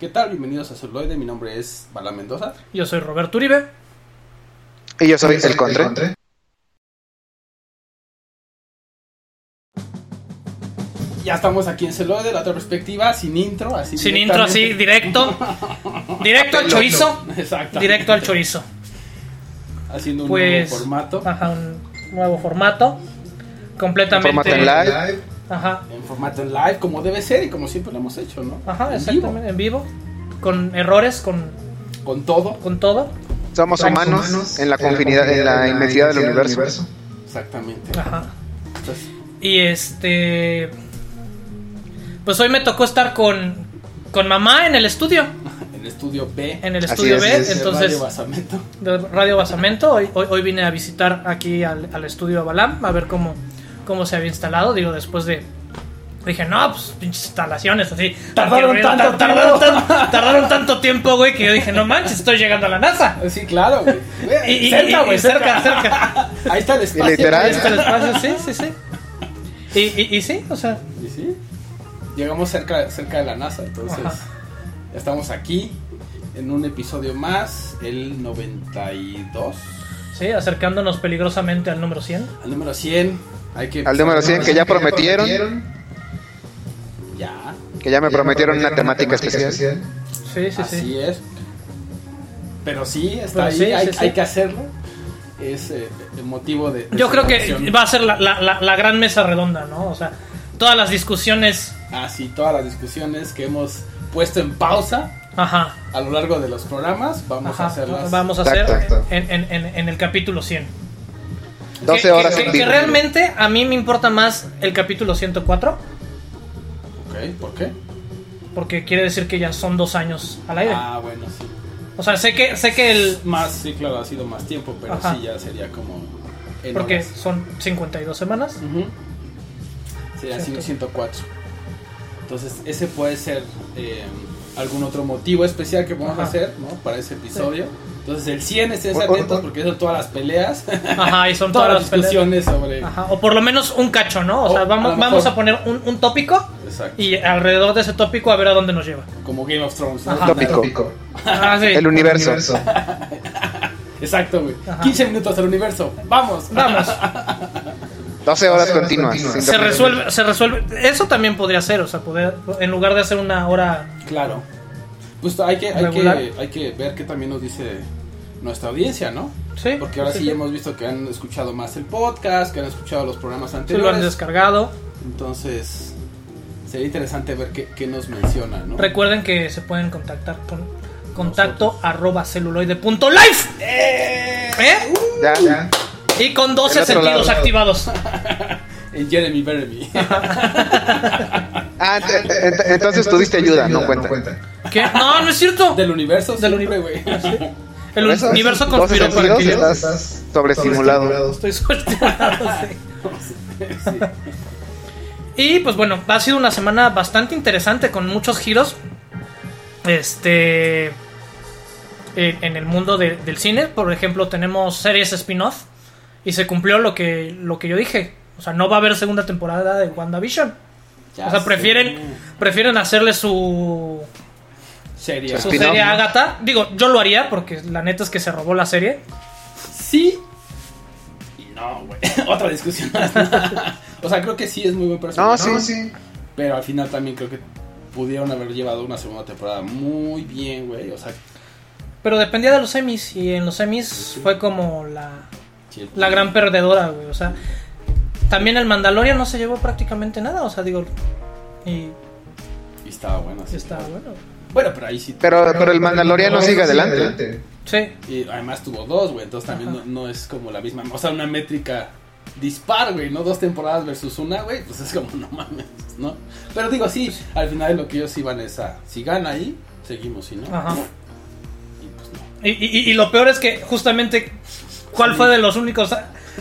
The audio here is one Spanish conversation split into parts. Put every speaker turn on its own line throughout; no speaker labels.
¿Qué tal? Bienvenidos a Celuloide, mi nombre es Bala Mendoza.
Yo soy Roberto Uribe.
Y yo soy el Contre.
Ya estamos aquí en Celuloide, la otra perspectiva, sin intro, así
Sin intro, así,
directamente.
directo. Directo al chorizo.
Exacto.
Directo al chorizo.
Haciendo un
Pues.
nuevo formato
Ajá, un nuevo formato. Completamente.
Formato en live.
Ajá.
en formato en live, como debe ser y como siempre lo hemos hecho, ¿no? En
Ajá,
vivo,
exactamente. En vivo. Con errores, con,
con todo,
con todo.
Somos humanos, en la confinidad, en la inmensidad del universo.
exactamente.
Ajá.
Entonces,
Y este. Pues hoy me tocó estar con, con mamá en el estudio.
en el estudio B,
En el
Así
estudio
es,
B.
es, es,
entonces.
Radio Basamento.
de Radio Basamento. Hoy, hoy, hoy vine a visitar aquí al, al estudio Abalam a ver cómo, cómo se había instalado. Digo, después de. Dije, no, pues pinches instalaciones así.
Tardaron
Porque, güey,
tanto
tardaron,
tiempo.
tan- tardaron tanto tiempo, güey, que yo dije, no manches, estoy llegando a la NASA.
Sí, claro, güey.
Y,
Güey,
y- y-
cerca,
y-
güey,
cerca,
cerca.
cerca.
Ahí está el espacio.
Literal.
Ahí está el espacio, sí, sí, sí. Y, y, y sí, o sea,
Y sí, llegamos cerca, cerca de la NASA, entonces
Ajá.
ya estamos aquí en un episodio más, el 92,
sí, acercándonos peligrosamente al número 100.
al número 100. Hay que
Al número 100 que ya prometieron,
Ya,
que ya me prometieron una temática especial.
Sí, sí,
así
sí.
es. Pero sí, está
Pero
ahí,
sí,
hay,
sí,
hay
sí.
que hacerlo. Es eh, el motivo de. de
Yo creo que
celebración.
va a ser la, la- la- la gran mesa redonda, ¿no? O sea, todas las discusiones.
Así, todas las discusiones que hemos puesto en pausa
Ajá.
a lo largo de los programas, vamos
Ajá,
a hacerlas.
vamos a hacer
Exacto, exacto.
en, en- en- en el capítulo 100. Que-
12 horas
que,
en
que
vivo.
realmente a mí me importa más el capítulo 104,
Ok, ¿por qué?
porque quiere decir que ya son dos años al aire.
Ah, bueno, sí.
O sea, sé que, sé que el...
Más, sí, claro, ha sido más tiempo, pero
Ajá.
sí ya sería como. en
Porque
horas.
son 52 semanas.
Ujú. Sería así un 104. Entonces, ese puede ser eh, algún otro motivo especial que vamos a
Ajá.
hacer, ¿no? Para ese episodio. Entonces, el 100 estén
O- o-
atentos
o-
porque son todas las peleas,
Ajá, y son
todas las
peleas.
discusiones sobre.
Ajá, o por lo menos un cacho, ¿no? O
O
sea,
a
vamos,
lo
vamos
mejor-
a poner un, un tópico
Exacto.
y alrededor de ese tópico a ver a dónde nos lleva.
Como Game of Thrones, ¿no?
Ajá.
Tópico.
Ah, sí.
El universo.
Exacto, güey.
Ajá.
15 minutos al universo. ¡Vamos!
Vamos,
12 horas
12 horas
continuas.
continuas.
sin
se
dormir.
resuelve, se resuelve. Eso también podría ser, o sea, poder, en lugar de hacer una hora
Claro. Pues hay que, hay,
Regular.
que, hay que ver qué también nos dice nuestra audiencia, ¿no?
Sí,
Porque ahora
sí,
sí,
sí.
hemos visto que han escuchado más el podcast, que han escuchado los programas
Se lo han
anteriores.
descargado.
Entonces, sería interesante ver qué, qué nos mencionan, ¿no?
Recuerden que se pueden contactar con contacto arroba celuloide.life
¡Eh!
¿Eh?
Ya, ya.
y con 12
Del otro
sentidos
lado.
activados.
En Jeremy Beremy.
Ah, ent- ent- ent- entonces tuviste ayuda, no cuenta.
¿Qué? No, no es cierto.
Del universo,
Del
del
uni-
universo, güey.
El
Eso-
universo
doce
conspiró para
sentidos,
que yo
¿verdad? sobreestimulado.
estoy suelto. Sí.
Sí.
Y pues bueno, ha sido una semana bastante interesante con muchos giros. Este. En, en el mundo de- del cine, por ejemplo, tenemos series spin-off. Y se cumplió lo que, lo que yo dije. O sea, no va a haber segunda temporada de WandaVision.
Ya
o sea,
sé.
prefieren, prefieren hacerle su,
Sería.
su
Spin-off,
serie a
¿no?
Agatha. Digo, yo lo haría porque la neta es que se robó la serie.
Sí. Y no, güey. Otra discusión. o sea, creo que sí es muy buen personaje.
No, sí.
Pero al final también creo que pudieron haber llevado una segunda temporada muy bien, güey. O sea,
Pero dependía de los semis y en los semis fue como la,
si el-
la gran perdedora, güey. O sea, también el Mandalorian no se llevó prácticamente nada. O sea, digo, y
y estaba buena. sí. pues,
está bueno.
Bueno, pero ahí sí.
Pero, pero el Mandaloriano sigue adelante.
Sí,
Y además tuvo dos, güey. Entonces también
Ajá.
no, no es como la misma. O sea, una métrica dispar, güey. No dos temporadas versus una, güey. Pues es como, no mames, ¿no? Pero digo, sí.
Pues
Al final lo que ellos iban es a. Si gana ahí, seguimos. Si no.
ajá.
Y pues no.
Y, y- y lo peor es que justamente, ¿cuál fue de los únicos?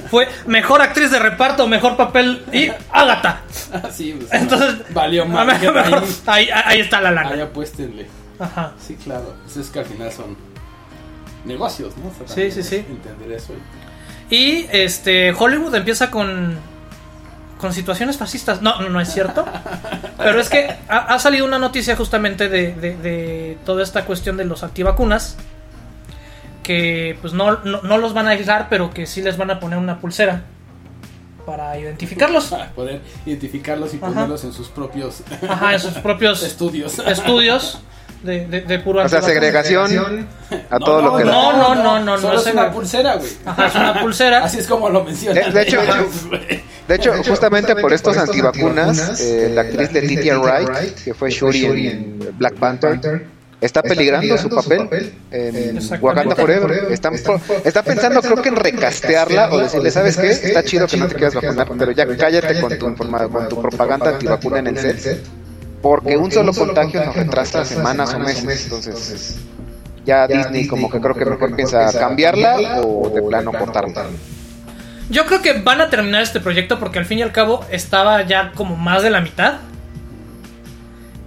Fue mejor actriz de reparto, mejor papel y Agatha.
Así, pues. no.
Entonces,
Valió
a
más.
ver, mejor-
Ahí,
ahí, ahí está la
ahí
lana.
apuéstenle.
Ajá.
Sí, claro. Pues es que al final son negocios, ¿no? O sea, también
sí, sí.
Entender eso. y-
Y este Hollywood empieza con con situaciones fascistas. No, no, no es cierto. Pero es que ha, ha salido una noticia justamente de, de- de toda esta cuestión de los antivacunas. Que pues no, no, no los van a aislar, pero que sí les van a poner una pulsera para identificarlos.
Para poder identificarlos y
Ajá.
ponerlos en sus propios
Ajá, en sus propios
estudios.
estudios de, de, de puro
O sea,
antivacunas.
segregación a todo
No,
lo que
no, no,
da.
no, no,
Solo
no
es
sé,
una
güey.
pulsera, güey.
Ajá, es una pulsera.
Así es como lo mencionan.
De- de hecho,
ellos, güey. pues,
De hecho, justamente por estos antivacunas, eh, la actriz Letitia Wright, que fue Shuri en Black Panther, está peligrando su papel en
Exactamente.
Wakanda Forever. Están, pro- están pensando, creo que en recastearla o decirle, ¿sabes qué? Está chido que no te quieras vacunar, pero ya cállate con tu, informa- con tu propaganda antivacuna en el set, porque un solo contagio nos retrasa semanas o meses. Entonces, ya Disney como que creo que mejor piensa cambiarla o de plano cortarla.
Yo creo que van a terminar este proyecto porque al fin y al cabo estaba ya como más de la mitad.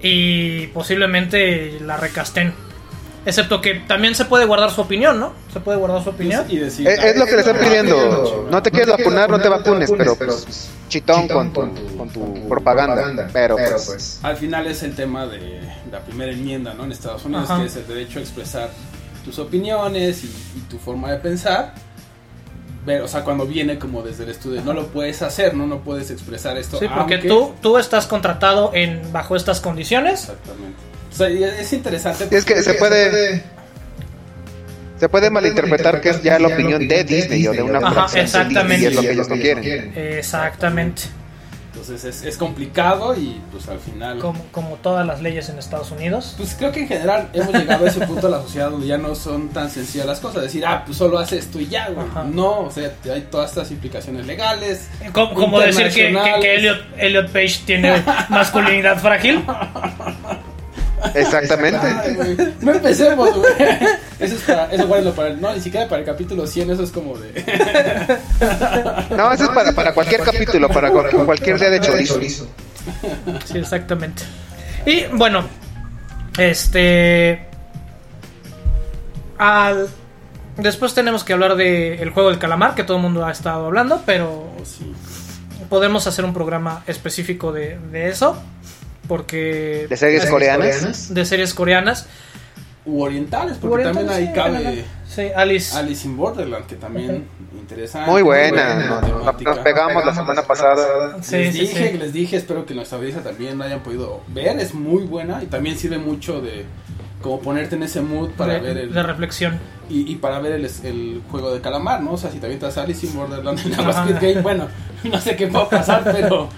Y posiblemente la recasten. Excepto que también se puede guardar su opinión, ¿no? Se puede guardar su opinión.
Y decir,
Es, es lo que le están
"Ah,
pidiendo. No te quieres vacunar, no te vacunes, pero pues, chitón con tu, con tu propaganda. Pero pues,
Al final es el tema de la primera enmienda, ¿no? En Estados Unidos,
Ajá.
que es el derecho a expresar tus opiniones y, y tu forma de pensar. Pero, o sea, cuando viene como desde el estudio, no lo puedes hacer, ¿no? No puedes expresar esto.
Sí, porque
aunque-
tú, tú estás contratado en bajo estas condiciones.
Exactamente. O sea, y es interesante.
es que se puede, se puede malinterpretar que es ya la opinión de Disney o de una
Ajá,
fracción de Disney,
exactamente.
y es lo que ellos no quieren.
Exactamente.
Entonces es, es complicado y pues al final...
Como, como todas las leyes en Estados Unidos.
Pues creo que en general hemos llegado a ese punto de la sociedad donde ya no son tan sencillas las cosas. Decir, ah, pues solo haces esto y ya, güey.
Ajá.
No, o sea, hay todas estas implicaciones legales.
Como, como decir que, que, que Elliot, Elliot Page tiene masculinidad frágil.
Exactamente.
Ay, güey, No empecemos, güey. Eso es para, eso guárdenlo para el- no, ni siquiera para el capítulo 100, eso es como de...
No, eso es para, para cualquier capítulo, para cualquier, cualquier día de chorizo.
Sí, exactamente. Y bueno, este. Al. Después tenemos que hablar de el juego del calamar, que todo el mundo ha estado hablando, pero
Oh, sí.
podemos hacer un programa específico de, de eso. Porque.
De series coreanas.
de series coreanas.
U orientales, porque
Orientales,
también ahí
sí,
cabe
Sí, Alice.
Alice in Borderland, que también interesante.
Muy buena.
buena
nos- Nos,
temática.
nos pegamos la semana pasada.
Sí,
les
sí,
dije,
sí.
les dije, espero que nuestra audiencia también la hayan podido ver, es muy buena y también sirve mucho de como ponerte en ese mood para
de,
ver el
de reflexión.
y, y para ver el, el juego de calamar, ¿no? O sea, si te avientas Alice in Borderland en la
Ajá.
Basket Game, bueno, no sé qué va a pasar, pero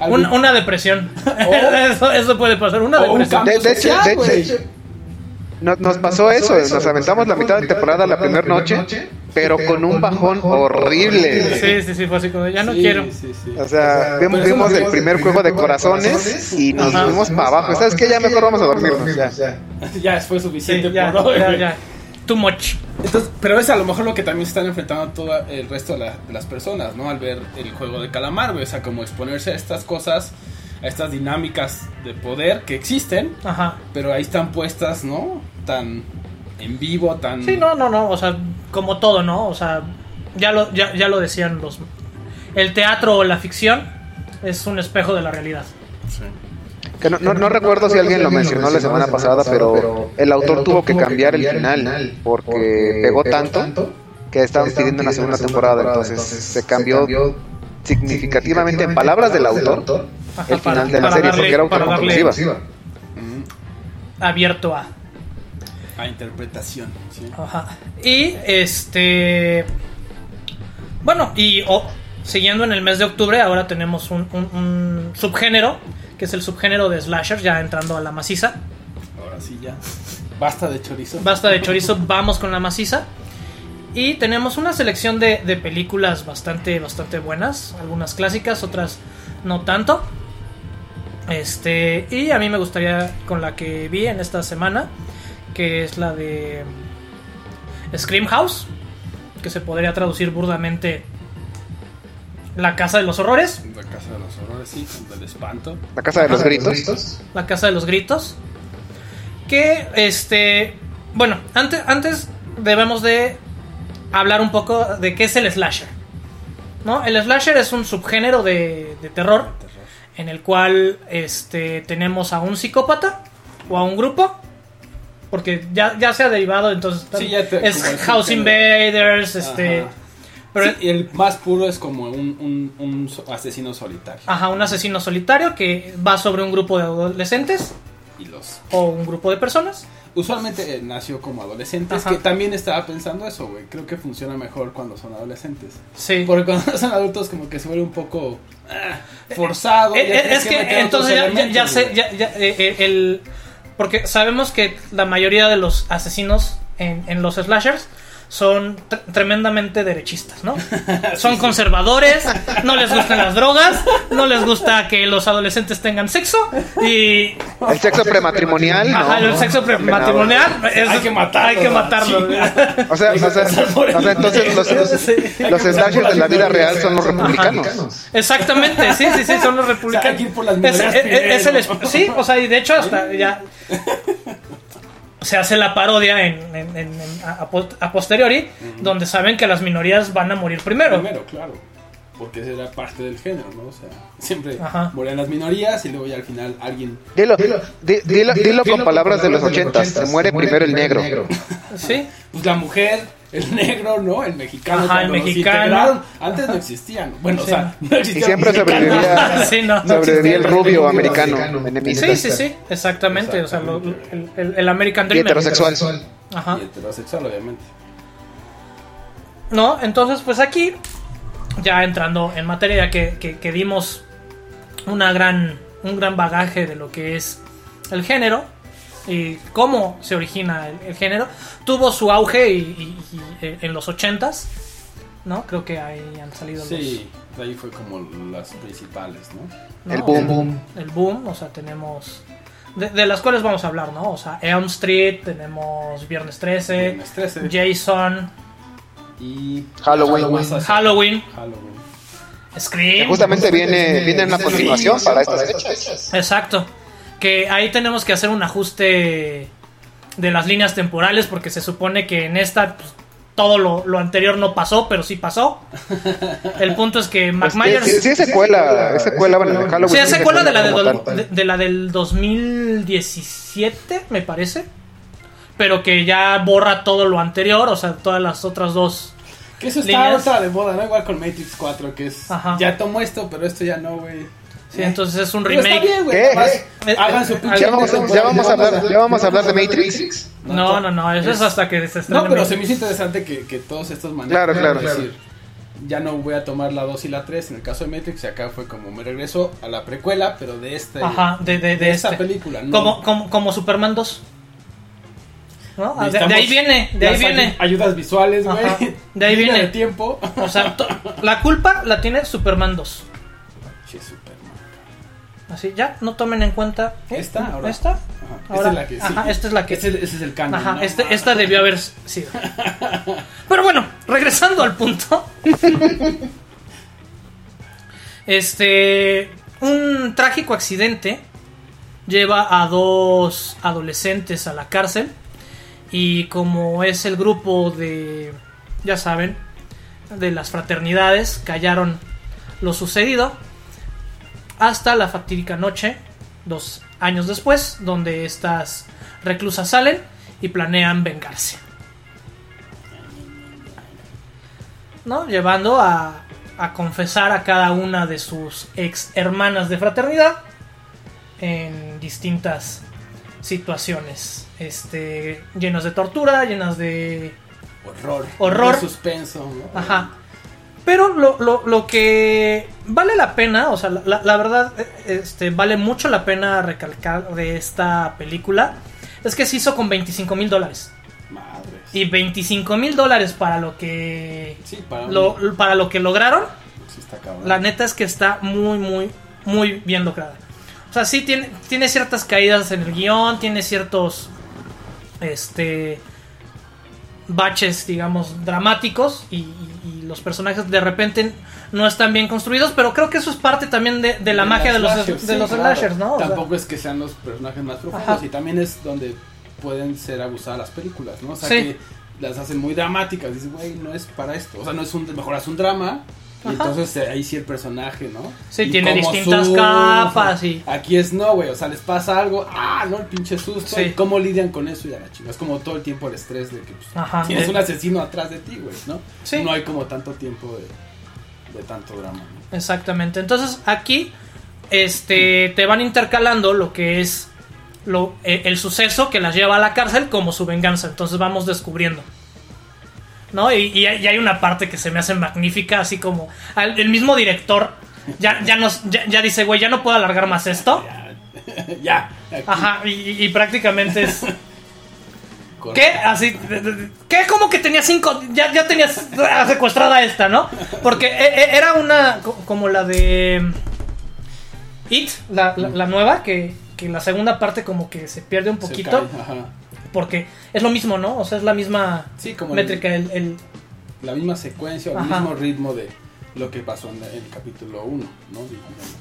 algo-
Una, una depresión.
O-
eso, eso puede pasar, una
Oh. o un
depresión.
cambio
De- de hecho-
social,
de hecho-
güey.
Nos, nos pasó eso, nos aventamos la mitad de temporada la primera noche, pero con un bajón horrible.
Sí, sí, sí, fue así como de, ya no
Sí,
quiero.
sí, sí.
O sea, vimos,
pero eso
vimos
nos
el primer juego de corazones y nos
Ajá.
fuimos para abajo. ¿Sabes qué? Ya mejor vamos a dormirnos. ya.
ya fue
Sí,
suficiente
ya,
por hoy.
ya,
güey.
ya. Too much.
Entonces, pero es a lo mejor lo que también se están enfrentando todo el resto de, la- de las personas, ¿no? Al ver el juego de calamar, güey. O sea, como exponerse a estas cosas, a estas dinámicas de poder que existen,
Ajá.
pero ahí están puestas, ¿no? Tan en vivo, tan...
Sí, no, no, no, o sea, como todo, ¿no? O sea, ya lo, ya, ya lo decían los... El teatro o la ficción es un espejo de la realidad.
Sí.
Que no, no- no recuerdo si alguien lo mencionó la semana pasada, pero el autor tuvo que cambiar el final porque pegó tanto que estaban pidiendo una segunda temporada. Entonces se cambió significativamente en palabras del autor
Ajá,
el final de la
para
serie
darle-
porque era
para darle
autoconclusiva.
Mm.
abierto a...
A interpretación, sí.
Ajá. Y este... Bueno, y o- siguiendo en el mes de octubre, ahora tenemos un, un- un subgénero, que es el subgénero de slasher, ya entrando a la maciza.
Ahora sí ya. Basta de chorizo.
Basta de chorizo, vamos con la maciza. Y tenemos una selección de, de películas bastante, bastante buenas. Algunas clásicas, otras no tanto. Este, y a mí me gustaría con la que vi en esta semana, que es la de Scream House, que se podría traducir burdamente La Casa de los Horrores,
La casa de los horrores, sí, del espanto.
La casa de los gritos.
La Casa de los Gritos. Que, este. Bueno, antes, antes debemos de hablar un poco de qué es el slasher. ¿no? El slasher es un subgénero de, de terror en el cual este, tenemos a un psicópata o a un grupo. Porque ya, ya se ha derivado, entonces
Sí, ya te-
es
como el
House
subgénero.
Invaders, este...
Ajá.
Pero,
Sí, el más puro es como un, un- un so- asesino solitario.
Ajá, un asesino solitario que va sobre un grupo de adolescentes
Y los.
o un grupo de personas.
Usualmente eh, nació como adolescentes,
Ajá.
que también estaba pensando eso, güey. Creo que funciona mejor cuando son adolescentes.
Sí.
Porque cuando son adultos, como que se vuelve un poco ah, forzado.
Eh,
ya
eh,
tienes
es que
meter otros
entonces ya, ya- ya
elementos,
sé,
güey.
ya- ya, eh, eh, el, porque sabemos que la mayoría de los asesinos en, en los slashers son tre- tremendamente derechistas, ¿no? Son conservadores, no les gustan las drogas, no les gusta que los adolescentes tengan sexo y
El sexo prematrimonial, ¿no?
ajá, el sexo prematrimonial es-
Hay que matarlo.
Hay que matarlo.
Chinga.
O sea, o sea, o sea, o sea, entonces los, los,
Sí.
los slashers de la vida real son los
Ajá.
republicanos.
Exactamente, sí, sí, sí, son los republicanos.
O sea, hay que ir por las
es,
minorías
es- es el,
primero.
esp- Sí, o sea, y de hecho hasta ya se hace la parodia en, en- en- en- a, a pos- a posteriori, donde saben que las minorías van a morir primero.
Primero, claro. Porque esa era parte del género, ¿no? O sea, siempre
Ajá.
morían las minorías y luego ya al final alguien.
Dilo, di- dilo, dilo con palabras de los ochentas. Se muere primero el negro.
Sí,
Pues la mujer, el negro, ¿no? El mexicano.
Ajá, el
cuando los
mexicano.
integraron. Antes no existían. Bueno, o
Sí.
sea, no
Y
existían.
siempre
mexicanos.
sobrevivía,
Sí, no.
sobrevivía el rubio americano,
sí,
enemista
sí, sí, exactamente. O sea, lo- lo- el, el- el American
y
Dream.
heterosexual.
Ajá.
Y heterosexual, obviamente.
No, entonces pues aquí, ya entrando en materia, ya que, que, que dimos una gran, un gran bagaje de lo que es el género y cómo se origina el, el género, tuvo su auge y, y- y, eh, en los 80s, ¿no? Creo que ahí han salido
Sí, ahí fue como las principales, ¿no?
los... ¿no?
El boom.
El boom, o sea, tenemos... De, de las cuales vamos a hablar, ¿no? O sea, Elm Street, tenemos Viernes 13,
Viernes 13.
Jason,
¿eh? Y.
Halloween.
Más hacia-
Halloween,
Halloween.
Scream.
Justamente viene, viene una continuación para estas fechas.
Exacto. Que ahí tenemos que hacer un ajuste de las líneas temporales porque se supone que en esta pues, todo lo, lo anterior no pasó, pero sí pasó. El punto es que Mac Myers...
Pues, Sí, sí, es secuela, es secuela, bueno, de Halloween.
Sí, es
sí,
secuela de la, de,
como
do-
tal.
de- de la del 2017, me parece. Pero que ya borra todo lo anterior, o sea, todas las otras dos.
Que eso está
Líneas.
ahorita de moda, ¿no? Igual con Matrix 4, que es.
Ajá.
Ya tomo esto, pero esto ya no, güey.
Sí,
Eh.
entonces es un
Pero está
remake.
bien, güey,
¿Qué?
nomás
Eh,
Hagan su
eh,
pinche.
Ya vamos a- ya vamos a hablar, ya vamos a hablar de Matrix.
No, no, no, eso es hasta que se
No,
estrene
pero
mi-
se me hizo interesante que, que todos estos manejan.
Claro, claro.
ya no voy a tomar la 2 y la 3. En el caso de Matrix, y acá fue como me regreso a la precuela, pero de este.
Ajá, de, de, de
de esta
este.
película, ¿no?
Como, como, como Superman 2. ¿No? Ah, De, de ahí
Necesitamos
viene, de ahí
las
viene.
ayu- Ayudas visuales, güey.
Ajá, de ahí
Línea
viene.
de tiempo.
O sea, to- la culpa la tiene Superman 2.
Che, Superman.
Así, ya, no tomen en cuenta. ¿eh?
Esta, ahora.
Esta.
Ajá, esta
Ahora,
es la que
ajá,
sigue.
esta es la que-
Ese, ese es el canon.
Ajá,
¿no?
este- esta debió haber sido. Pero bueno, regresando al punto. Este. Un trágico accidente lleva a dos adolescentes a la cárcel. Y como es el grupo de. Ya saben, de las fraternidades, callaron lo sucedido. Hasta la fatídica noche, dos años después, donde estas reclusas salen y planean vengarse. ¿No? Llevando a, a confesar a cada una de sus ex hermanas de fraternidad en distintas situaciones. Este, llenas de tortura, llenas de
Horror.
Horror.
De suspenso. ¿no?
Ajá. Pero lo, lo- lo que vale la pena, o sea, la, la- la verdad, eh, este, vale mucho la pena recalcar de esta película, es que se hizo con 25 mil dólares.
Madres.
Y 25 mil dólares para lo que...
Sí, para un-
lo- para lo que lograron,
sí está cabrón.
la neta es que está muy, muy, muy bien lograda. O sea, sí tiene, tiene ciertas caídas en el guión, tiene ciertos este baches, digamos, dramáticos y, y- y los personajes de repente no están bien construidos, pero creo que eso es parte también de, de la magia de los,
slashers,
de
sí,
los
claro.
slashers, ¿no? O sea,
Tampoco es que sean los personajes más profundos
Ajá.
y también es donde pueden ser abusadas las películas, ¿no? O sea
Sí.
que las hacen muy dramáticas, dices, güey, no es para esto. O sea, no es un mejor haz un drama Y entonces eh, ahí sí el personaje, ¿no?
Sí,
Y
tiene
cómo
distintas
sufre.
capas y-
Aquí es no, güey, o sea, les pasa algo, ah, no, el pinche susto.
Sí.
¿Y ¿Cómo lidian con eso? Y a la chinga. Es como todo el tiempo el estrés de que pues,
Ajá.
tienes
Eh.
un asesino atrás de ti, güey, ¿no?
Sí.
No hay como tanto tiempo de, de tanto drama. ¿no?
Exactamente. Entonces aquí este, te van intercalando lo que es lo, e- el, suceso que las lleva a la cárcel como su venganza. Entonces vamos descubriendo. ¿No? Y, y hay y hay una parte que se me hace magnífica, así como al- el mismo director ya, ya, nos, ya, ya dice, güey, ya no puedo alargar más esto.
Ya, ya. aquí,
Ajá, y- y, y prácticamente es...
corta.
¿Qué? Ah, Así... de- de- de- ¿Qué? Como que tenía cinco... Ya, ya tenías ah, secuestrada esta, ¿no? Porque e- e- era una... co- Como la de... mm, It, la, la- la nueva, que, que la segunda parte como que se pierde un
Se
poquito.
cae, ajá.
Porque es lo mismo, ¿no? O sea, es la misma
Sí, como el-
métrica. El, el-
la misma secuencia o el
Ajá.
mismo ritmo de lo que pasó en el capítulo 1, ¿no? Digamos.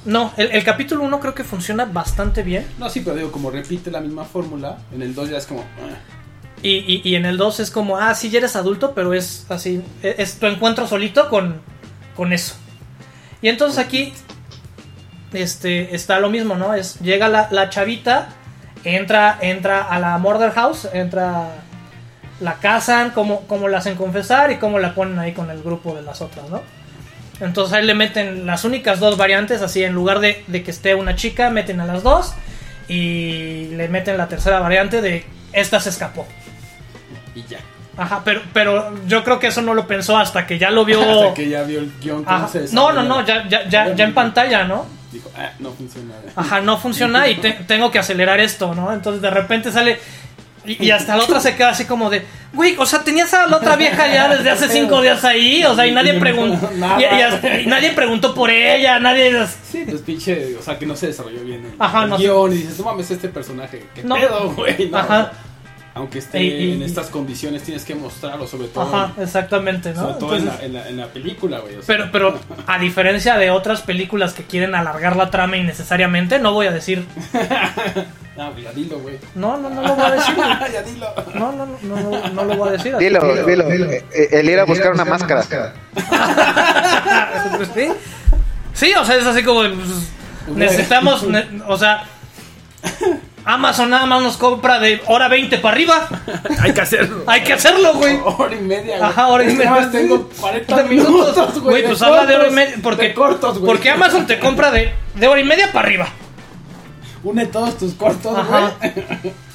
no, el, el capítulo 1 creo que funciona bastante bien.
No, sí, pero digo, como repite la misma fórmula, en el 2 ya es como... "Ah".
Y, y- y en el 2 es como, ah, sí, ya eres adulto, pero es así, e- es, tu encuentro solito con, con eso. Y entonces aquí este, está lo mismo, ¿no? Es, llega la, la chavita, entra, entra a la murder house, entra, la casan, cómo, cómo la hacen confesar y cómo la ponen ahí con el grupo de las otras, ¿no? Entonces ahí le meten las únicas dos variantes, así en lugar de, de que esté una chica, meten a las dos y le meten la tercera variante de esta se escapó.
Y ya.
Ajá, pero, pero yo creo que eso no lo pensó hasta que ya lo vio.
Hasta que ya vio el guión. cómo
Ajá.
se
No,
desarrolla.
no, no, ya, ya, ya, ya en pantalla, ¿no?
Dijo, ah, no funciona.
Ajá, no funciona y te- tengo que acelerar esto, ¿no? Entonces de repente sale. Y, y hasta la otra se queda así como de. Güey, o sea, tenías a la otra vieja ya desde hace cinco días ahí, o sea, y nadie preguntó. Y, y hasta- y nadie preguntó por ella, nadie.
Sí, pues pinche, o sea, que no se desarrolló bien el,
Ajá,
el
no sé.
guión. Y dices, no mames, este personaje, qué
No.
pedo, güey. No,
Ajá.
Aunque esté
Y- y-
en estas condiciones, tienes que mostrarlo, sobre todo,
Ajá,
en-
exactamente, ¿no?
sobre todo en,
Entonces-
la, en la- en la película, güey. o sea.
Pero, pero a diferencia de otras películas que quieren alargar la trama innecesariamente, no voy a decir.
Ah, pues ya dilo, güey.
No, no, no lo voy a decir.
ya dilo.
No, no, no, no, no lo voy a decir.
Dilo, dilo.
Velo, velo.
Eh, eh, El ir a buscar una máscara.
¿Sí? Sí, o sea, es así como. pues, necesitamos. ne- o sea. Amazon nada más nos compra de hora 20 para arriba.
Hay que hacerlo.
Hay que hacerlo, güey.
Hora y media, güey.
Ajá, hora y
Es que
media.
Nada más tengo 40 minutos, güey.
Güey, pues habla de hora y media. Porque,
Porque cortos, güey.
porque Amazon te compra de, de hora y media para arriba.
Une todos tus cortos,
Ajá.
güey.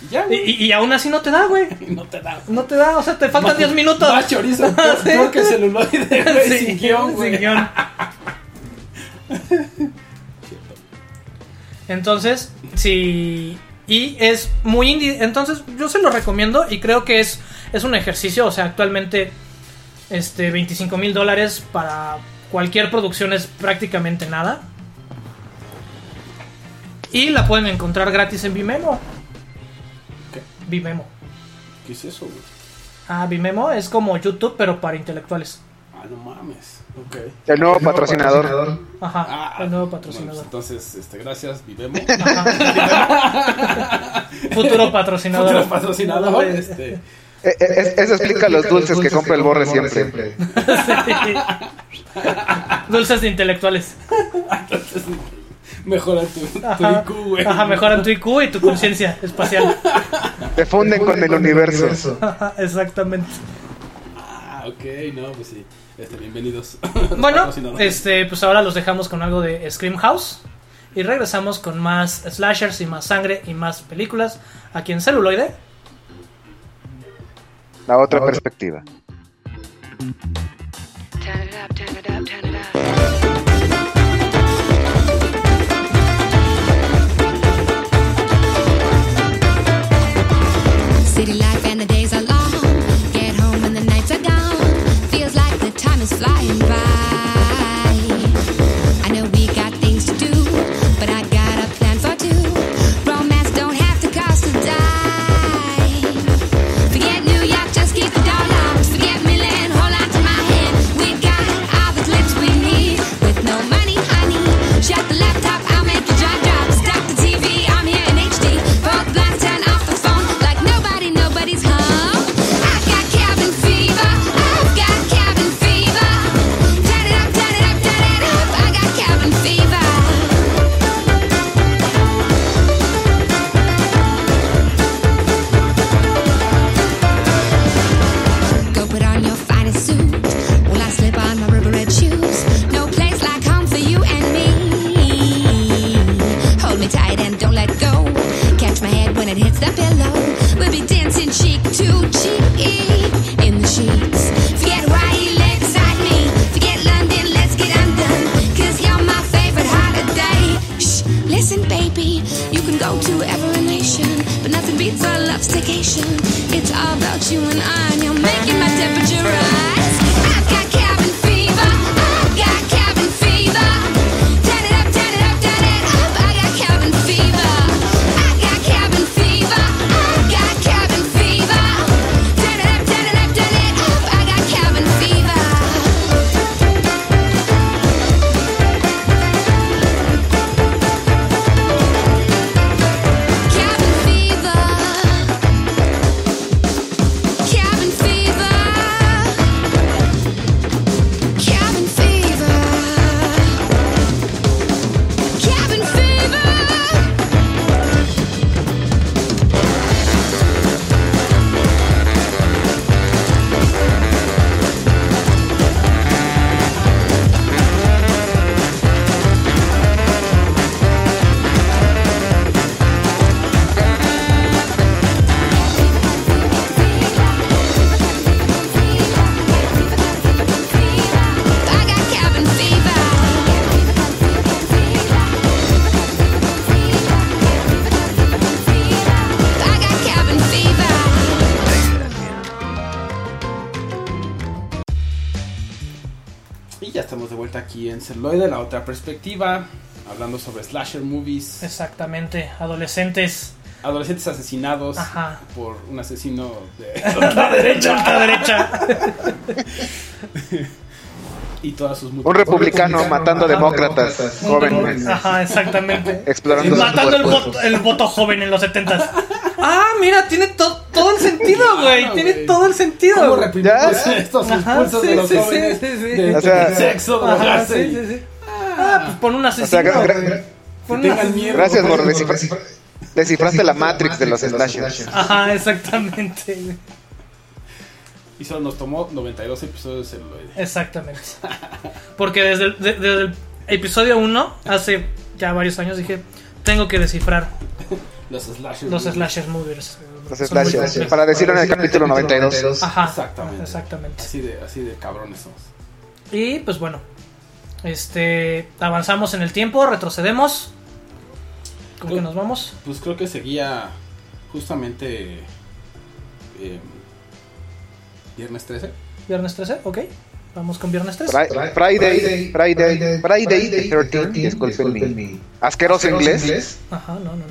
Y ya,
Y,
güey.
y- y aún así no te da, güey.
Y no te da.
No te da, o sea, te faltan 10 minutos.
Más chorizo. peor- Peor que celuloide, güey.
Sí,
Sin guión, güey.
sin guión. Entonces, sí. Y es muy indie. Entonces, yo se lo recomiendo y creo que es, es un ejercicio. O sea, actualmente, este, 25 mil dólares para cualquier producción es prácticamente nada. Y la pueden encontrar gratis en Vimeo.
¿Qué?
Vimeo.
¿Qué es eso, güey?
Ah, Vimeo es como YouTube, pero para intelectuales.
Ah, no mames. Ok.
El nuevo
Nuevo
patrocinador.
patrocinador.
Ajá,
Ah,
el nuevo
bueno, pues,
patrocinador.
entonces, este, gracias, vivemos.
Futuro
Otro
patrocinador.
patrocinador. Este,
Eh, eh, es- Eso explica los dulces que compra el borre
Sí.
siempre.
Dulces de intelectuales.
mejora tu, tu
Ajá,
IQ, güey.
Ajá, mejoran tu IQ y tu conciencia espacial.
Te funden con el universo.
Ajá, exactamente.
Ah, ok, no, pues sí. Este, bienvenidos.
Bueno,
Patrocinadores.
este, pues ahora los dejamos con algo de Scream House. Y regresamos con más slashers y más sangre y más películas aquí en Celuloide.
La otra perspectiva.
Turn it up, turn it up, turn it up.
City life and the days are long. Get home and the nights are down. Feels like the time is flying by. I know we got things to do, but I got a plan for two. Romance don't have to cost a dime. Forget New York, just keep the dollars. the pillow. We'll be dancing cheek to cheek in the sheets. Forget why you lay beside me. Forget London, let's get undone. Cause you're my favorite holiday. Shh, listen, baby. You can go to every nation, but nothing beats our love staycation. It's all about you and I, and you're making my temperature rise. I've got cabin fever. I've got cabin fever. Turn it up, turn it up, turn it up. I got cabin fever. I got cabin fever. I got cabin fever. Turn it up, turn it up, turn it up. I got cabin fever. Cabin fever. Cabin fever. Cabin fever. Cabin fever. I got cabin fever. I got cabin fever.
Y ya estamos de vuelta aquí en Celoide, la otra perspectiva, hablando sobre slasher movies,
Exactamente, adolescentes.
adolescentes asesinados
Ajá.
por un asesino de
La derecha, la derecha.
y todas sus
Un
múltiples-
republicano matando
matando
demócratas
demócratas
jóvenes.
Ajá, exactamente.
Explorando sus
Matando el
cuerpos.
voto, el voto joven en los 70 Ah, mira, tiene to- todo el sentido, güey.
Claro,
Tiene
güey.
todo el
¿Cómo
sentido. güey.
reprimir
Ya,
estos-
sí.
estos
Ajá,
impulsos
sí,
de los
sí,
jóvenes
sí, sí, sí.
de
O sea,
tener sexo,
Ajá,
drogarse
sí,
y
sí, sí. Ah, pues pon un
O sea,
asesino.
gra- gra-
güey.
que
Pon un
tengan
asesino.
miedo.
Gracias por descifrar-
Descifra-
descifraste la Matrix de los slashers.
Ajá, exactamente. güey.
Y solo nos tomó 92 episodios de celuloide.
Exactamente. Porque desde el, de- desde el episodio 1, hace ya varios años, dije, tengo que descifrar
Los slashers.
los slasher movies.
Los
Son muy
slashers.
complejos.
Para decirlo en el capítulo 92.
Ajá,
Exactamente.
Ah, exactamente.
Así de, así de cabrones somos.
Y pues bueno, este avanzamos en el tiempo, retrocedemos. ¿Con qué nos vamos?
Pues creo que seguía justamente eh, viernes 13.
¿Viernes 13? Ok, vamos con Viernes 13.
Fri- Ah, Friday, Friday, Friday the 13th, disculpen mi asqueroso inglés, Pues
Ajá, no, no, no.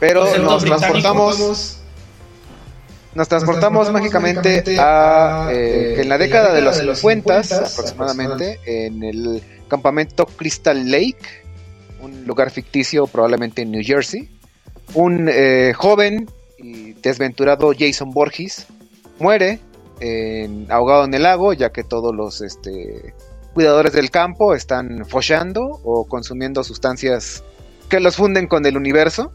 pero
Acento
nos
británico.
transportamos, nos transportamos mágicamente a eh, que en la década de los 50 aproximadamente, en el campamento Crystal Lake, un lugar ficticio probablemente en New Jersey, un eh, joven y desventurado Jason Borges muere en- ahogado en el lago, ya que todos los este, cuidadores del campo están follando o consumiendo sustancias que los funden con el universo.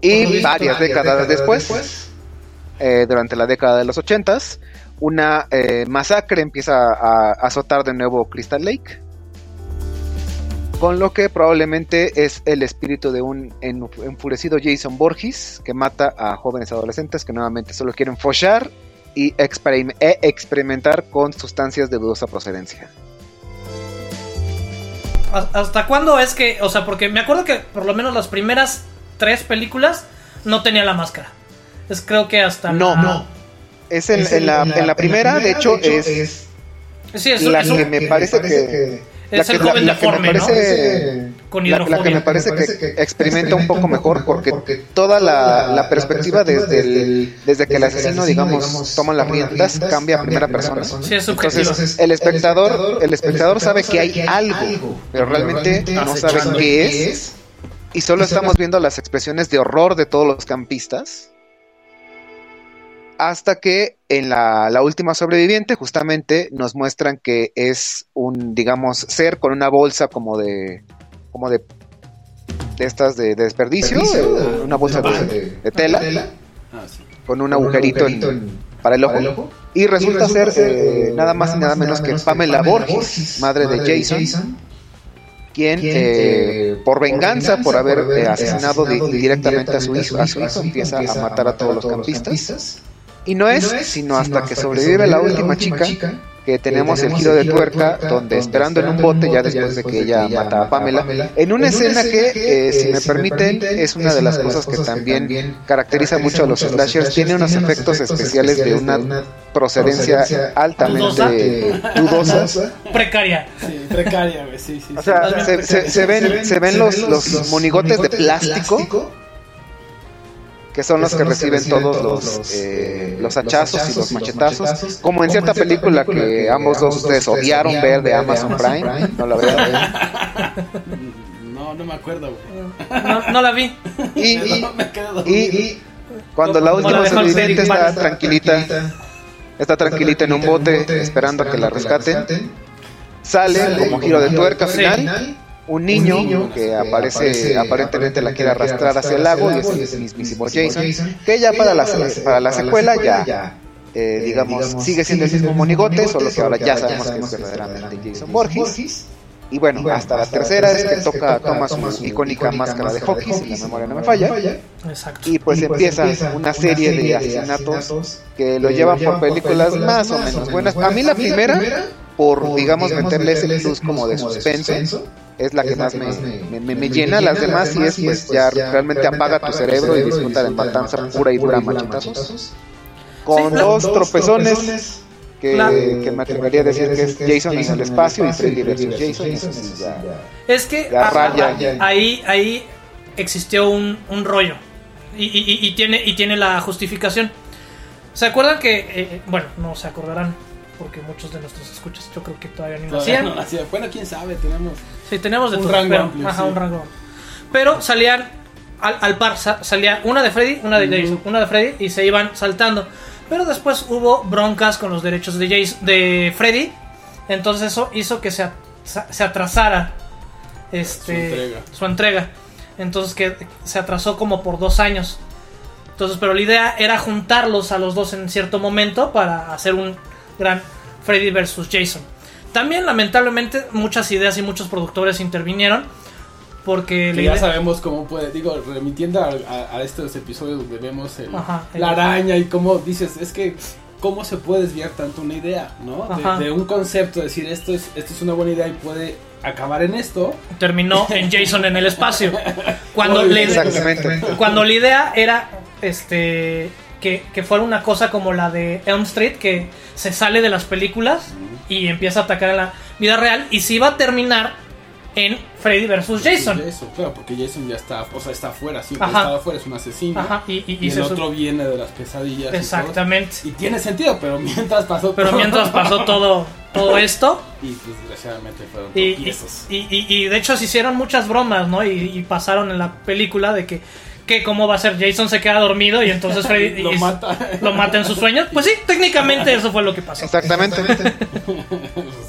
Y varias décadas después, eh, durante la década de los ochentas, una eh, masacre empieza a azotar de nuevo Crystal Lake. Con lo que probablemente es el espíritu de un enf- enfurecido Jason Borges que mata a jóvenes adolescentes que nuevamente solo quieren follar y experim- e experimentar con sustancias de dudosa procedencia.
¿Has- ¿Hasta cuándo es que.? O sea, porque me acuerdo que por lo menos las primeras tres películas no tenía la máscara. Es creo que hasta.
No,
la-
no. Es en, en la, en la primera, de hecho, es,
Sí, es,
La
es un-
que me parece que-
es
la
el
que- la-
joven
la que me
deforme,
parece-
¿no? Con
la, la
hidrofobia.
que me parece que experimenta un poco mejor porque toda la, la perspectiva desde, el, desde que el asesino, digamos, toma las riendas cambia a primera persona.
Sí, es subjetivo.
Entonces, el espectador, el espectador sabe que hay algo, pero realmente no saben qué es.
Y solo
Y solo-
estamos viendo las expresiones de horror de todos los campistas. Hasta que en la, la última sobreviviente justamente nos muestran que es un, digamos, ser con una bolsa como de... como de... de estas de, de desperdicio, eh, una bolsa de, de tela,
Ah, sí.
con un
un
agujerito en- para el ojo.
para el ojo.
Y resulta, ser, eh,
eh,
nada más y nada menos que Pamela Borges, madre de Jason, quien eh, por venganza por haber eh, asesinado di- directamente a su hijo, a su hijo empieza a matar a todos los campistas. Y no es sino hasta que sobrevive la última chica que tenemos el giro de tuerca donde esperando en un bote ya después de que ella mata a Pamela en una escena que eh, si me permiten es una de las cosas que también caracteriza mucho a los slashers tiene unos efectos especiales de una procedencia altamente dudosa
Precaria.
Sí, precaria, güey, sí, sí.
o
sí.
sea, se, se- se ven, se ven los, los monigotes de plástico, que son los que reciben todos los, eh, los hachazos y los machetazos, como en cierta película que ambos dos ustedes odiaron ver de Amazon Prime, no la vean.
No, no me acuerdo, güey.
No, no la vi.
Y, y-
No, me quedo dormido.
y cuando la
Como la
última
de Hulk
sobreviviente
Hogan.
está tranquilita, está tranquilita en un bote esperando a que la rescaten, sale como giro de tuerca
Sí.
final un niño,
un niño
que aparece, aparentemente la quiere arrastrar hacia el lago y es el mismísimo Jason, que
que
ya para la, para la secuela ya, eh, digamos, sigue siendo el mismo monigote, solo que ahora ya sabemos que es verdaderamente Jason Borges. Y bueno, hasta la tercera es que toca, toma su icónica máscara de hockey, si la memoria no me falla,
Exacto.
y pues empieza una serie de asesinatos que lo llevan por películas más o menos buenas. A mí la primera, por, digamos, meterle ese plus como de suspenso, es la que más me, me, me- me llena, las demás y es pues ya realmente apaga tu cerebro y disfruta de matanza pura y dura machetazos. Con
Sí,
dos tropezones que,
Claro.
que me atrevería a decir que es Jason en el espacio y Freddy versus Jason. eso sí, ya.
Es que
Ya
ah,
raya,
ah,
ya.
ahí, ahí existió un, un rollo. Y, y- y- y tiene, y tiene la justificación. ¿Se acuerdan que.? eh, bueno, no se acordarán. Porque muchos de nuestros escuchas, yo creo que todavía ni lo
Todavía
hacían.
no nacía. Bueno, quién sabe, tenemos.
Sí, tenemos de
Un
todo,
rango
pero-
amplio,
ajá,
sí.
un rango amplio. Pero salían al, al par, sa- salía una de Freddy, una de Jason, una de Freddy y se iban saltando. Pero después hubo broncas con los derechos de, Jason, de Freddy, entonces eso hizo que se, a- sa- se atrasara este,
Su entrega.
su entrega. Entonces que se atrasó como por dos años. Entonces, pero la idea era juntarlos a los dos en cierto momento para hacer un gran Freddy versus Jason. También, lamentablemente, muchas ideas y muchos productores intervinieron porque la
Que ya
idea-
sabemos cómo puede, digo, remitiendo a, a- a estos episodios donde vemos el-
Ajá, el-
la araña y cómo dices, es que cómo se puede desviar tanto una idea, ¿no?
Ajá.
De, de un concepto, decir esto es, esto es una buena idea y puede acabar en esto.
terminó en Jason en el espacio. Cuando,
Muy
la,
bien,
idea,
Exactamente.
cuando la idea era este que, que fuera una cosa como la de Elm Street, que se sale de las películas y empieza a atacar a la vida real y se iba a terminar en Freddy versus Jason.
Eso, claro, porque Jason ya está, o sea, está afuera, siempre
Ajá.
ha estado afuera, es un asesino.
Ajá, y, y- y
Y, el
se su-
otro viene de las pesadillas. y
Exactamente.
todo. Y, tiene sentido, pero mientras pasó
Pero
todo-
mientras pasó todo, todo esto,
Y pues, desgraciadamente fueron
y, y,
tropiezos.
y- y- y de hecho se hicieron muchas bromas, ¿no? Y, y pasaron en la película de que, que cómo va a ser, Jason se queda dormido y entonces Freddy
Lo
y-
mata.
lo mata en sus sueños. Pues sí, técnicamente eso fue lo que pasó.
Exactamente.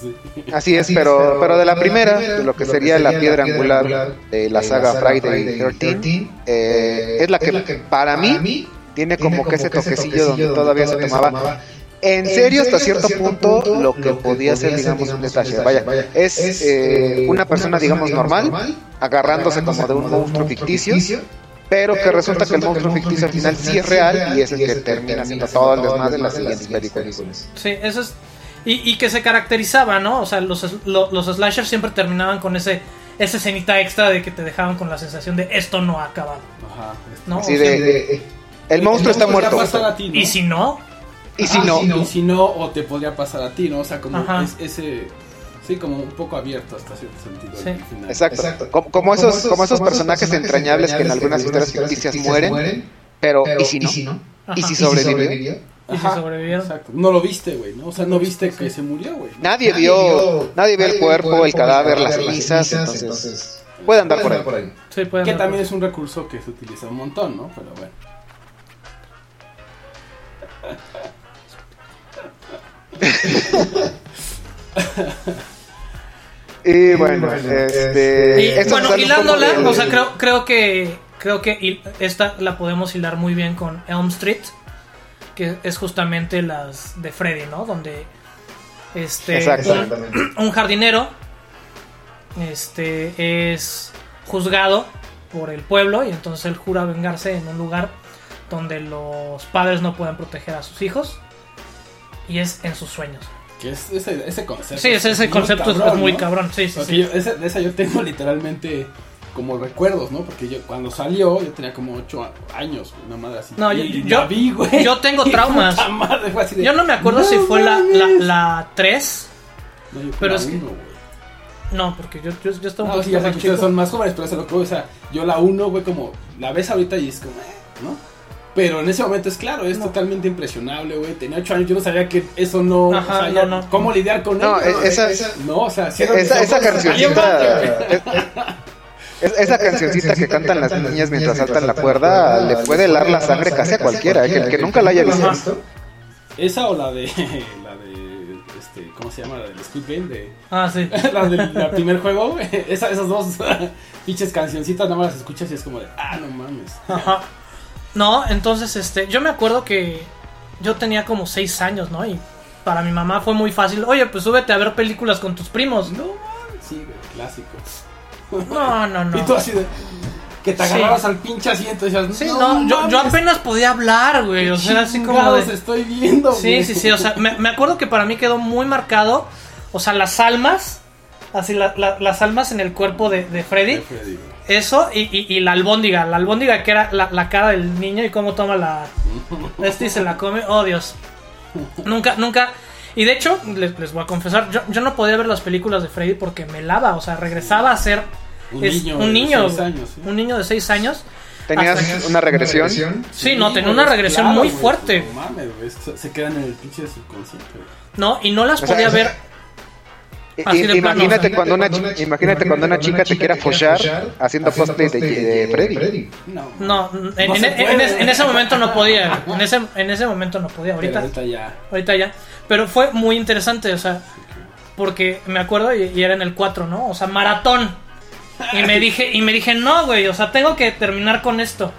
Sí.
Así es, pero, pero de la primera, de lo que sería la piedra angular de la saga Friday 13, eh, es la que para mí tiene como que ese toquecillo donde todavía se tomaba En serio, hasta cierto punto, lo que podía ser, digamos, un slasher. Vaya, es eh, una persona, digamos, normal, agarrándose como de un monstruo ficticio, pero que resulta que el monstruo ficticio al final sí es real y es el que termina siendo todo el desmadre en las siguientes películas.
Sí, eso es. Y, y que se caracterizaba, ¿no? O sea, los, es- lo- los slashers siempre terminaban con ese esa escenita extra de que te dejaban con la sensación de esto no ha acabado,
Ajá. este.
¿no?
Así
O sea,
de- El monstruo está muerto.
pasar a ti, ¿no?
Y si no,
Y si no,
Y si no, o te podría pasar a ti, ¿no? O sea, como
Ajá.
es- ese. Sí, como un poco abierto hasta cierto sentido.
Sí.
al final.
exacto. Como, como esos, como esos personajes entrañables que en algunas historias ficticias mueren, pero ¿y si no? ¿Y si sobrevivió?
y si
Ajá,
sobrevivieron.
Exacto. No lo viste, güey, ¿no? O sea, no viste que se murió, güey. ¿no?
Nadie vio, nadie vio el cuerpo, el cadáver, las cenizas, entonces puede andar por ahí.
Sí, pueden
Que
dar-
también es un recurso que se utiliza un montón, ¿no? Pero bueno.
Y bueno,
Y,
este... esto nos
bueno,
sale un poco
hilándola,
del-
o sea, creo, creo que creo que hil- esta la podemos hilar muy bien con Elm Street, que es justamente las de Freddy, ¿no? Donde este
Exacto.
un, un jardinero este, es juzgado por el pueblo y entonces él jura vengarse en un lugar donde los padres no pueden proteger a sus hijos y es en sus sueños.
Que es ese, ese concepto.
Sí, ese, ese
muy
concepto es- es
cabrón,
muy
¿no?
cabrón. Sí, sí,
Porque
sí.
yo- esa, de esa yo tengo literalmente como recuerdos, ¿no? Porque yo cuando salió yo tenía como 8 años, una madre así.
No,
Y-
yo-
y
yo-
la vi, güey.
yo tengo
Y puta
traumas.
madre, fue así de,
Yo no me acuerdo si fue la, la, la 3.
No, yo fui
pero
la
es que-
uno, güey.
No, porque yo, yo, yo estaba un
No, Ah, sí, ya
poquito
sé
más
que ustedes
chico.
son más jóvenes, pero se lo creo. O sea, yo la uno, güey, como la ves ahorita y es como, eh, ¿no? Pero en ese momento es claro, es totalmente impresionable, güey. Tenía ocho años, yo no sabía que eso no.
Ajá,
o sea, ya-
no, no.
¿Cómo lidiar con
No,
ello?
e- esa,
No, o sea, sí era-
esa, esa
salió mal,
cancioncita.
güey.
es- es- Esa cancioncita que cantan las niñas mientras saltan la cuerda le puede helar la sangre casi a cualquiera, ¿eh? que el que nunca la haya visto.
Esa o la de. La de. Este, ¿Cómo se llama? La del Squid Game. De,
Ah, sí.
la del la primer juego, güey. Esa- esas dos pinches cancioncitas, nada más las escuchas y es como de. Ah, no mames.
Ajá. No, entonces, este, yo me acuerdo que yo tenía como 6 años, ¿no? Y para mi mamá fue muy fácil. Oye, pues súbete a ver películas con tus primos.
No mames. Sí, güey, clásico.
No, no, no.
Y tú así de. Que te
Sí.
agarrabas al pinche asiento y decías,
Sí, no, yo, yo
mames,
apenas podía hablar, güey. O sea, así como
chingados
de...
estoy viendo,
Sí,
güey.
sí, sí. O sea, me, me acuerdo que para mí quedó muy marcado. O sea, las almas. Así, la- la- las almas en el cuerpo de, de Freddy.
Qué Freddy, güey.
Eso y, y- y la albóndiga. La albóndiga que era la, la cara del niño y cómo toma la. Este y se la come. Oh, Dios. Nunca, nunca. Y de hecho, les, les voy a confesar, yo, yo no podía ver las películas de Freddy porque me lava. O sea, regresaba a ser.
Un
es-
niño de
un niño,
seis años, ¿eh? sí.
un niño de 6 años. Hasta-
Tenías una regresión.
Sí, no, tenía
güey,
una regresión
claro,
muy
güey, pues,
fuerte.
No mames, güey, se- se quedan en el pinche subconsciente, güey.
No, y no las
O sea,
podía
o sea,
ver.
I-
Así de
Imagínate
plano.
cuando una chi- imagínate cuando una chica te quiera follar haciendo cosplay de de Freddy.
No.
No, en,
No
en-
se
en-
puede.
en ese- en ese momento no podía. En ese, en ese momento no podía.
Pero
Ahorita,
ahorita ya.
ahorita ya. Pero fue muy interesante, o sea, porque me acuerdo y, y era en el 4, ¿no? O sea, maratón. Y me dije, y me dije, no, güey, o sea, tengo que terminar con esto.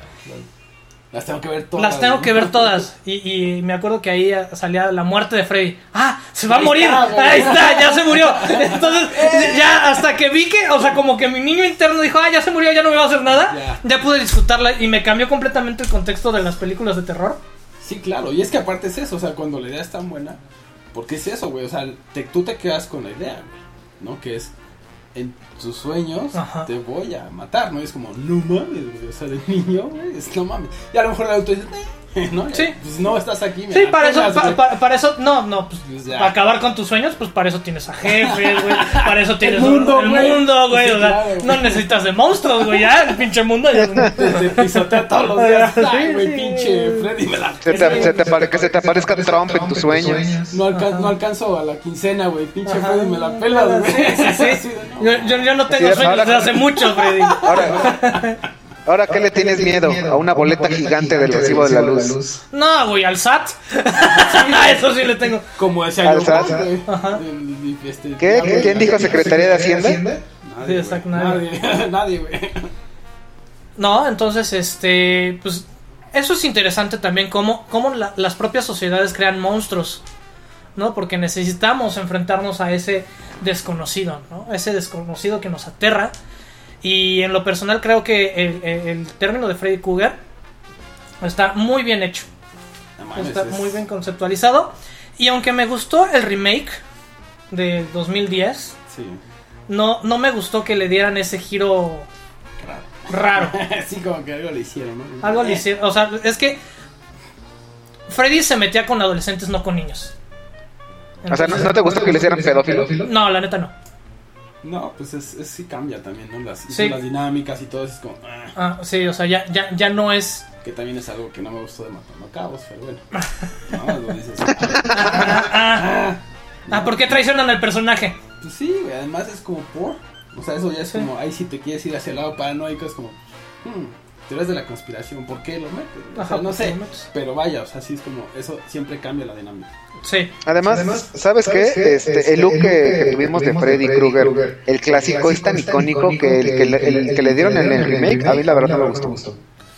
Las tengo que ver todas.
Las tengo
¿no?
que ver todas. Y, y me acuerdo que ahí salía la muerte de Freddy. ¡Ah! ¡Se va a
Ahí
morir!
está, güey.
¡Ahí está! ¡Ya se murió! Entonces, ya hasta que vi que, o sea, como que mi niño interno dijo, ¡ah! Ya se murió, ya no me va a hacer nada. Ya pude disfrutarla y me cambió completamente el contexto de las películas de terror.
Sí, claro. Y es que aparte es eso, o sea, cuando la idea es tan buena, porque es eso, güey. O sea, te- tú te quedas con la idea, güey. ¿No? Que es. En tus sueños
Ajá.
te voy a matar, ¿no? Y es como, no mames, güey. O sea, de niño, güey, es no mames. Y a lo mejor el auto dice, "Eh", ¿no?
Sí.
Pues no, estás aquí, me
Sí,
la
para eso,
pelas,
pa-
güey.
pa- para eso, no, no, pues,
Pues ya.
para acabar con tus sueños, pues para eso tienes a jefes, güey, para eso tienes
mundo,
el
güey.
mundo, güey,
Sí,
o sea,
claro, güey.
no necesitas de monstruos, güey, ya, el pinche mundo ya...
Te- te pisotea todos los días.
Sí,
Ay, güey,
sí.
pinche Freddy me la
Se te- se te apare- Que se te aparezca Trump en tus sueños.
No, alca- no alcanzo a la quincena, güey. Pinche
Ajá.
Freddy me la pela, güey.
Sí, sí, sí.
Así de, no,
Yo, yo- yo no tengo
Así es,
sueños
ahora-
desde hace mucho, Freddy.
Ahora, ahora ¿qué le tienes miedo? A una boleta gigante del recibo de la luz.
No, güey, al SAT. Eso sí le tengo.
Como decía yo,
Alzas.
güey.
Ajá.
El- el- este,
¿Qué?
nadie,
¿Quién dijo Secretaría de Hacienda?
nadie,
Sí,
güey.
exacto, nadie.
Nadie, nadie, güey.
No, entonces, este, pues, eso es interesante también, cómo, cómo la- las propias sociedades crean monstruos, ¿no? Porque necesitamos enfrentarnos a ese desconocido, ¿no? Ese desconocido que nos aterra. Y en lo personal creo que el, el- el término de Freddy Krueger está muy bien hecho.
No mames,
Está
es-
muy bien conceptualizado. Y aunque me gustó el remake del 2010,
Sí.
no, no me gustó que le dieran ese giro raro.
Sí, como que algo le hicieron, ¿no? Eh,
Algo le hicieron- O sea, es que Freddy se metía con adolescentes, no con niños.
O sea, ¿no, no te gusta que le hicieran pedófilo?
No, la neta no.
No, pues es, es- sí cambia también, ¿no? Las,
Sí.
las dinámicas y todo eso es como. ah,
Ah, sí, o sea, ya, ya, ya no es.
que también es algo que no me gustó de Matando Cabos, pero bueno. Nada más lo dices. ah,
Ah, ah, ¿por qué traicionan al personaje?
Pues sí, güey, además es como por. O sea, eso ya es como, ahí si te quieres ir hacia el lado paranoico, es como, hmm, teorías de la conspiración, ¿por qué lo metes? O sea,
Ajá, pues
no
¿por qué
sé,
lo metes?
pero vaya, o sea, sí es como, eso siempre cambia la dinámica.
Sí.
Además, ¿sabes qué? Este, el look que, que tuvimos de Freddy Krueger, el clásico es tan icónico que el que, le- el que le dieron en el remake, a mí la verdad no me gustó.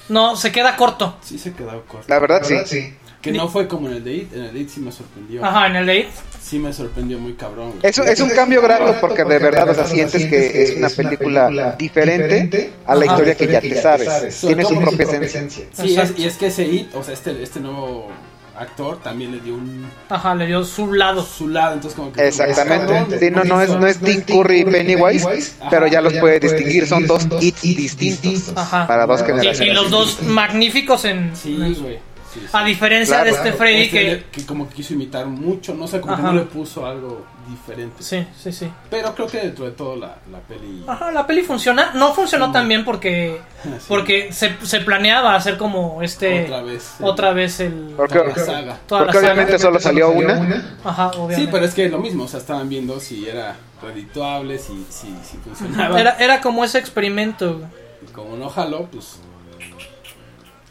No, se queda corto.
Sí se quedó corto.
La verdad,
¿Verdad?
sí.
Sí.
Que no fue como en el date. En el date sí me sorprendió.
Ajá, en el date.
Sí me sorprendió muy cabrón. güey.
Eso es un cambio grato porque de verdad, o sea, sientes que es una película diferente a la historia que ya te sabes. Tiene su propia esencia.
Sí,
Exacto.
es- y es que ese hit, o sea, este, este nuevo actor también le dio un
Ajá, le dio su lado.
su lado, entonces como que...
Exactamente. Sí, no, no es, no es Tim
Dick
Curry y Pennywise, pero ya los
Ajá,
puede
ya los puede
distinguir. Son dos
distinguir, son
hits
dos hits
distintos
distintos.
Ajá.
para dos
Y- y
Y,
generaciones.
y los dos magníficos en.
Sí,
en-
güey. Sí, sí.
A diferencia
Claro,
de este
claro.
Freddy
Este
que.
le- que como que quiso imitar mucho, no sé, como
Ajá.
que no le puso algo diferente.
Sí, Ah, sí, sí.
Pero creo que dentro de todo la, la peli...
Ajá, la peli funciona. No funcionó tan bien porque.
sí,
Porque se, se planeaba hacer como este.
Oh,
Otra vez.
otra vez el.
Porque-
la saga.
toda la
porque
saga.
obviamente solo salió una.
Ajá, obviamente.
Sí, pero es que lo mismo, o sea, estaban viendo si era redituable, si, si, si funcionaba.
Era, era como ese experimento. güey.
Y como no jaló, pues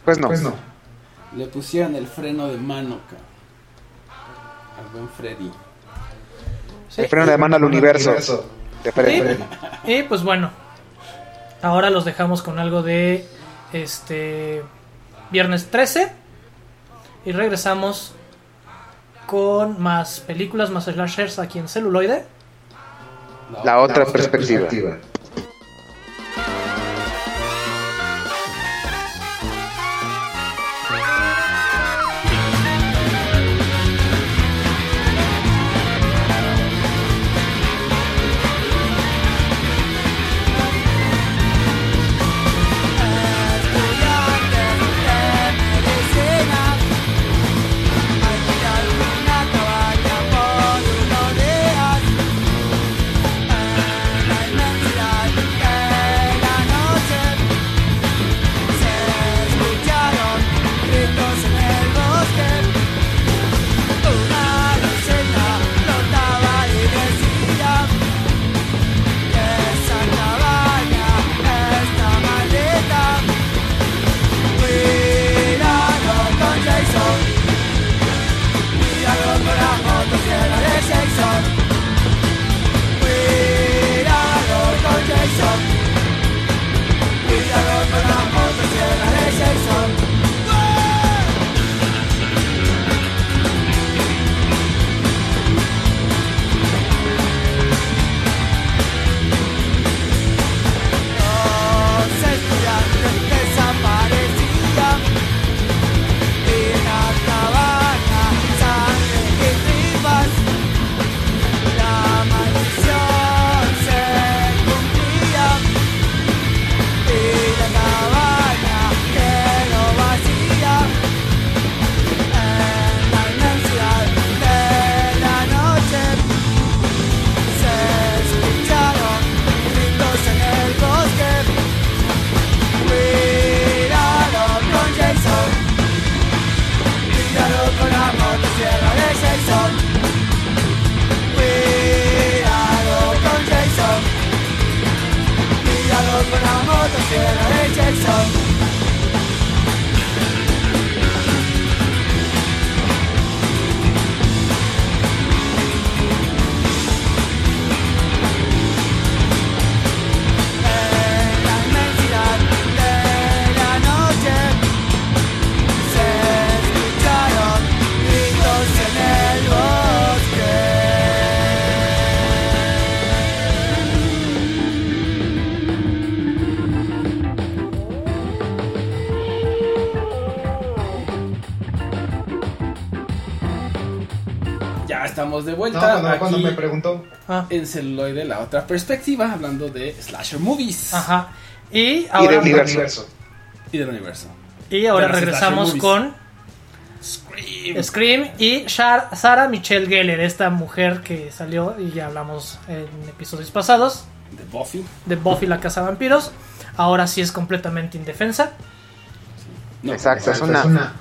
Pues no.
Pues no.
le pusieron el freno de mano, cabrón. Al buen Freddy.
Sí.
El freno de mano al universo. De Freddy.
Sí. Y pues bueno. Ahora los dejamos con algo de. Este. Viernes 13. Y regresamos con más películas, más slashers aquí en celuloide.
La otra,
Otra
perspectiva.
perspectiva.
Ya estamos de
No,
vuelta
cuando, cuando
aquí
me preguntó.
Ah,
en celuloide la otra perspectiva, hablando de slasher movies
Ah, ajá. Y
Y del
ahora,
universo.
universo.
y del universo.
y ahora
de las
regresamos
slasher
con
movies. Scream.
Scream y Shar- Sarah Michelle Geller, esta mujer que salió y ya hablamos en episodios pasados
De Buffy.
de Buffy la Casa de Vampiros. Ahora sí es completamente indefensa.
No,
Exacto, es
Exacto,
una,
es una-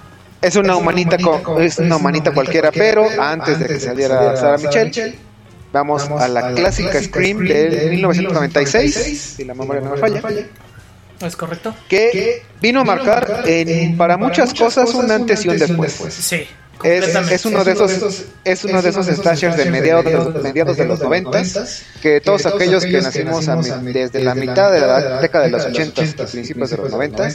es una humanita, co- es una humanita cualquiera, pero antes de que saliera Sarah Michelle, vamos a la clásica Scream de 1996, si la memoria no me falla,
¿Es correcto?
que vino a marcar en, para muchas cosas un antes y un después.
Sí,
Es,
Completamente.
es uno de esos es uno de esos slashers de mediados de los, mediados de los 90 que todos aquellos que nacimos a mi- desde la mitad de la década de los 80 y principios de los 90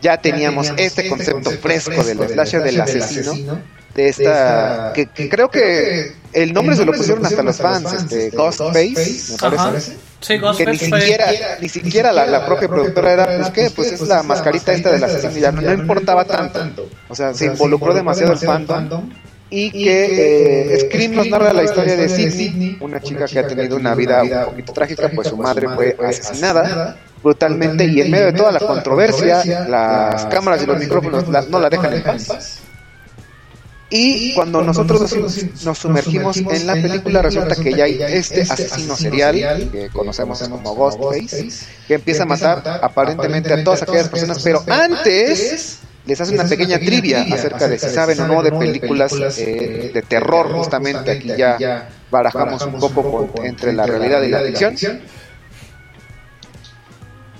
ya teníamos este concepto fresco del slasher del asesino de esta que, que creo que el nombre se lo pusieron hasta los fans este Ghostface me
Ajá.
parece
Sí,
que ni
Ghostface fue-
siquiera, ni siquiera la, la propia productora era, pues qué, pues es la mascarita esta del asesino, ya no, no importaba tanto. O sea, se involucró demasiado el fandom y que eh, Scream nos narra la historia de Sidney, una chica que ha tenido una vida un poquito trágica, pues su madre fue asesinada brutalmente y en medio de toda la controversia, las cámaras y los micrófonos la- no la dejan en paz. Y cuando nosotros nos, nos sumergimos en la película, resulta que ya hay este asesino serial, que conocemos como Ghostface, que empieza a matar aparentemente a todas aquellas personas, pero antes les hace una pequeña trivia acerca de si saben o no de películas eh, de terror, justamente aquí ya barajamos un poco con- entre la realidad y la ficción.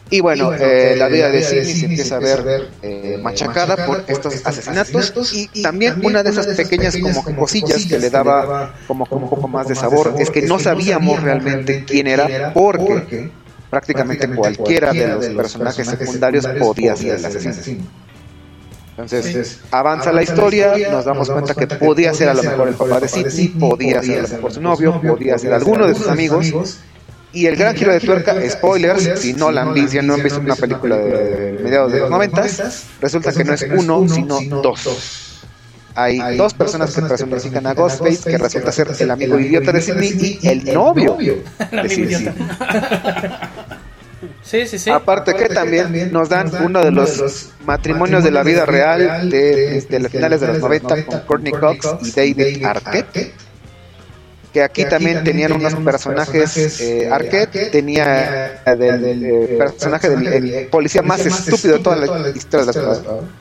Y bueno, eh, la vida de Sidney se empieza a ver eh, machacada por estos asesinatos y también una de esas pequeñas como cosillas que le daba como como un poco más de sabor es que no sabíamos realmente quién era porque prácticamente cualquiera de los personajes secundarios podía ser el asesino. Entonces avanza la historia, nos damos cuenta que podía ser a lo mejor el papá de Sidney, podía ser a lo mejor su novio, podía ser alguno de sus amigos y el gran giro de tuerca, spoilers, si no la han visto, no han visto una película de mediados de los 90, resulta que no es uno, sino dos. Hay dos personas que personifican a Ghostface, que resulta ser el amigo idiota de Sidney y el novio.
el amigo
Sí, sí,
idiota. Sí, sí, sí.
Aparte que también nos dan uno de los matrimonios de la vida real de, este, de las finales de los 90 con Courtney Cox y David Arquette. que aquí también tenían unos personajes eh, Arquette tenía eh, del eh, personaje del el policía más estúpido de toda la historia de las-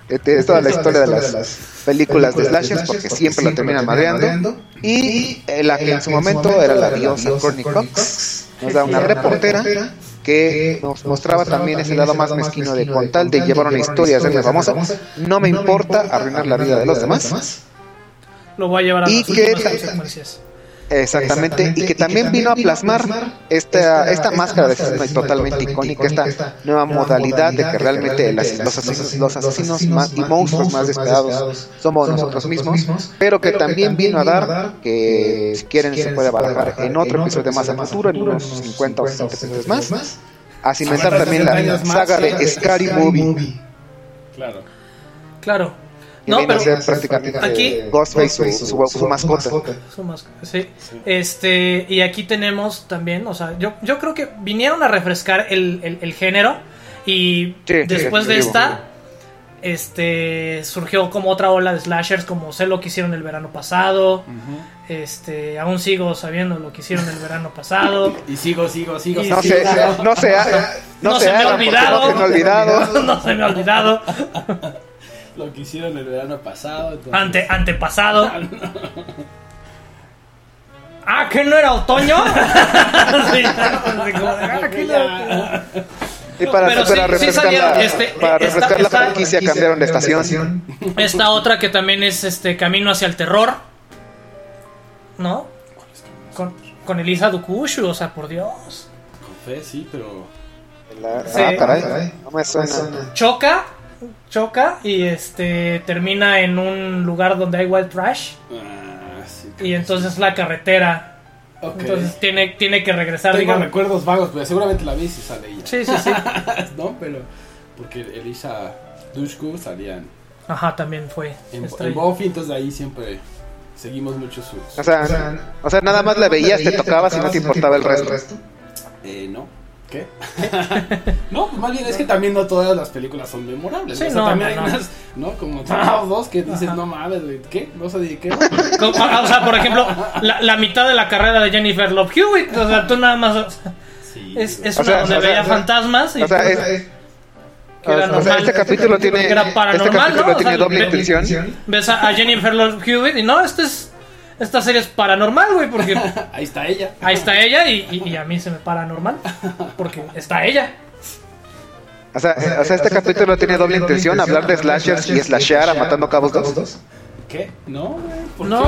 eh, de toda la historia de las películas de slashers porque siempre lo terminan madreando y eh, la que en su momento era la diosa Courtney Cox nos da una reportera que nos mostraba también ese lado más mezquino de con tal de llevar una historia, hacerme famosa, no me importa arruinar la vida de los demás.
Lo voy a llevar a
y
las
que-
últimas consecuencias.
Exactamente, y que también vino a plasmar esta, esta máscara de asesino y totalmente icónica, esta nueva modalidad de que realmente el as- los asesinos, los asesinos más, y monstruos más despedados somos nosotros mismos, pero que también vino a dar, que si quieren se puede barajar en otro episodio más a futuro, en unos 50 o 60 episodios más, a cimentar también la saga de Scary Movie,
Claro.
Claro.
que
No,
viene a
pero
ser prácticamente
Aquí-
eh, Ghostface, su, su- su mascota.
Su máscara, sí. Este, y aquí tenemos también, o sea, yo, yo creo que vinieron a refrescar el, el- el género y
Sí,
después
sí,
de
digo.
esta, este, surgió como otra ola de slashers, como sé lo que hicieron el verano pasado, este, aún sigo sabiendo lo que hicieron el verano pasado.
Y sigo, sigo, sigo.
Y
sigo.
No sé, no se ha- no se
me ha
hagan porque no se me ha olvidado.
no se me ha olvidado,
Lo que hicieron el verano pasado. entonces-
ante, antepasado. Ah, que no era otoño. Sí, así como de, ah, que no era otoño.
Y para,
Pero
para
sí- sí
refrescar,
salieron,
la,
este,
para
esta-
refrescar
esta-
la franquicia cambiaron de estación.
Esta otra que también es este Camino hacia el terror. ¿No? Con, con Elisa Dukushu, o sea, por Dios.
Con fe, sí, pero.
La-
Sí.
Ah, caray, no me suena.
Choca, choca y este termina en un lugar donde hay wild trash
Ah, sí.
y entonces la carretera.
Ok.
Entonces tiene, tiene que regresar,
Tengo
digamos.
recuerdos vagos, pero seguramente la vi si sale ella.
Sí, sí, sí.
¿No? Pero. Porque Elisa Dushku salían
Ajá, también fue.
en,
estrella.
en Buffy, entonces de ahí siempre seguimos mucho sus.
O sea, o sea, nada más la veías, te tocabas y no te importaba el resto.
Eh, no. ¿Qué? no, pues más bien es que también no todas las películas son memorables.
Sí,
o sea,
no,
también
no,
hay
no.
unas, ¿no? Como Trap 2 que dices, no mames, güey, ¿qué? No sé de qué.
Como- ah, O sea, por ejemplo, la, la mitad de la carrera de Jennifer Love Hewitt. O sea, tú nada más. o sea,
Sí.
Es, es
O
una
sea,
donde
o sea,
veía
o sea,
fantasmas. Y pues
O sea, este es-
que era
o sea,
normal.
este capítulo tiene,
Era
este
paranormal,
capítulo
¿no? O
tiene
sea,
doble
ve-
intención.
ves a, a Jennifer Love Hewitt y no, este es, esta serie es paranormal, güey, porque
Ahí está ella.
ahí está ella y, y- y a mí se me paranormal, porque está ella.
O este sea, eh, o sea, este capítulo tiene doble intención, hablar de slashers y slashear a matando cabos dos.
Ok. qué? No, güey, ¿por
No.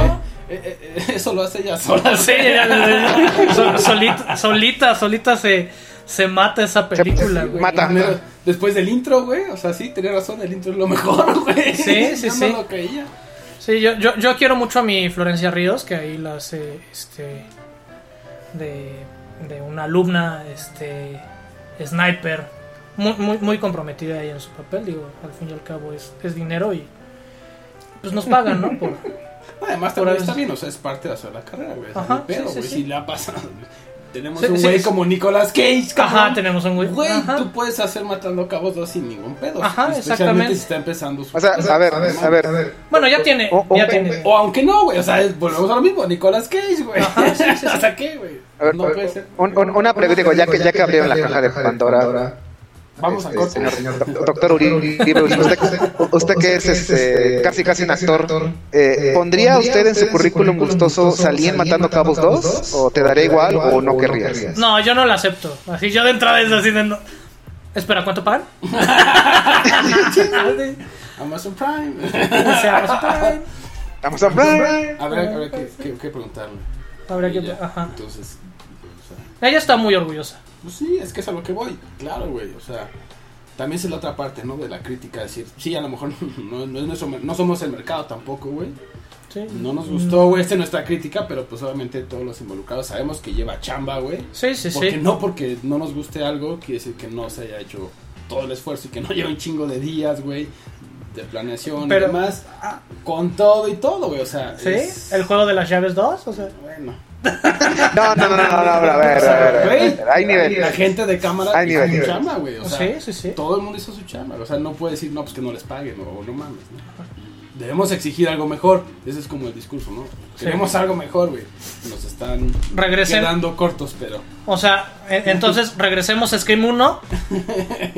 qué? Eh, eh, eh, eso lo hace ella sola.
Sí, ya, ya, ya. Sol- solita, solita, solita se, se mata esa película, güey.
Mata.
Primero, Después del intro, güey. O sea, sí, tenía razón, el intro es lo mejor, güey.
Sí, sí,
Yo
sí.
no lo creía.
Sí, yo, yo, yo quiero mucho a mi Florencia Ríos, que ahí la hace este, de, de una alumna este, sniper, muy, muy, muy comprometida ahí en su papel, digo, al fin y al cabo es, es dinero y pues nos pagan, ¿no? Por-
Además,
Por
también
ahí.
está bien, o sea, es parte de hacer la carrera, güey.
Ajá,
Ajá, pero,
sí, sí,
güey,
sí.
si la pasas. Tenemos
Sí,
un
sí,
güey
sí.
como Nicolas Cage, cabrón.
Ajá, tenemos un güey.
Güey,
Ajá.
tú puedes hacer Matando Cabos 2 sin ningún pedo.
Ajá,
especialmente
exactamente.
si está empezando su
O sea, a ver, a ver.
Bueno, ya tiene,
O- o-
ya tiene.
O aunque no, güey, o sea, es- volvemos a lo mismo, Nicolas Cage, güey.
Ajá, sí, sí, sí.
¿Hasta qué, güey?
A ver,
no
a ver,
puede ser.
Un- un- una pregunta, digo, ya que, ya que abrieron la caja de Pandora,
Vamos a
Este,
corte.
señor-
Do- doctor Uribe, usted, usted que es este, casi casi un actor, eh, ¿pondría usted en su currículum gustoso salí en Matando Cabos 2? ¿O te daré igual o no querrías?
No, yo no la acepto. Así yo de entrada es así de no. Espera, ¿cuánto pagan?
Amazon Prime.
O sea, pues, pagan.
Vamos a hablar.
Habrá, habrá que, que- que preguntarle.
Habrá que-
Y ya,
ajá.
Entonces, pues, o sea,
Ella está muy orgullosa.
pues sí, es que es a lo que voy. Claro, güey, o sea, también es la otra parte, ¿no? De la crítica, decir, sí, a lo mejor no, no, es nuestro mer- no somos el mercado tampoco, güey.
Sí.
No nos gustó, güey, esta es nuestra crítica, pero pues obviamente todos los involucrados sabemos que lleva chamba, güey.
Sí, sí,
Porque
sí.
no porque no nos guste algo, quiere decir que no se haya hecho todo el esfuerzo y que no lleva un chingo de días, güey, de planeación
Pero- ah.
y demás, con todo y todo, güey, o sea,
¿Sí?
es-
¿El juego de las llaves 2? O sea,
bueno,
No, no, no, no, no, no, a ver, a ver, a ver, a ver. Hay
la
nivel.
gente de cámara
Hay
hizo
nivel.
su chamba, güey, o sea,
sí, sí, sí.
todo el mundo hizo su chamba, o sea, no puede decir, no, pues que no les paguen, o no mames, ¿no? Debemos exigir algo mejor, ese es como el discurso, ¿no? Queremos algo mejor, güey, nos están
Regresen.
quedando cortos, pero...
O sea, e- entonces regresemos a Scream 1.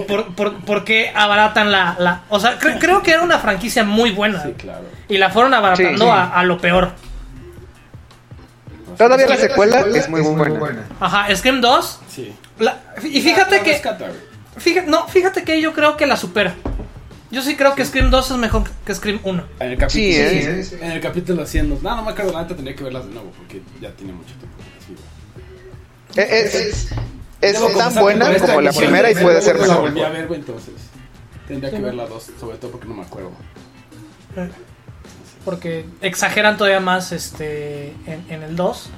¿Por, por, por qué abaratan la.? la- o sea, cre- creo que era una franquicia muy buena.
Sí, claro.
Y la fueron abaratando
Sí, sí.
A, a lo peor.
Todavía la secuela es muy, muy buena.
Ajá, Scream 2.
Sí.
la- y fíjate
Lo
que.
rescata, güey.
fija- no, fíjate que yo creo que la supera. Yo sí creo que Scream 2 es mejor que Scream 1.
En el capítulo,
Sí,
sí,
¿eh?
sí. En el capítulo 100. No, no me acuerdo, la neta tendría que verlas de nuevo porque ya tiene mucho tiempo. Sí, güey.
Es, es- es
Debo confesar
tan
que por
buena
esta
como la
emisión
primera y
de-
puede ser
la
mejor.
volví a ver, güey, entonces. Tendría que ver las dos, sobre todo porque no me acuerdo.
Porque exageran todavía más este en, en el 2.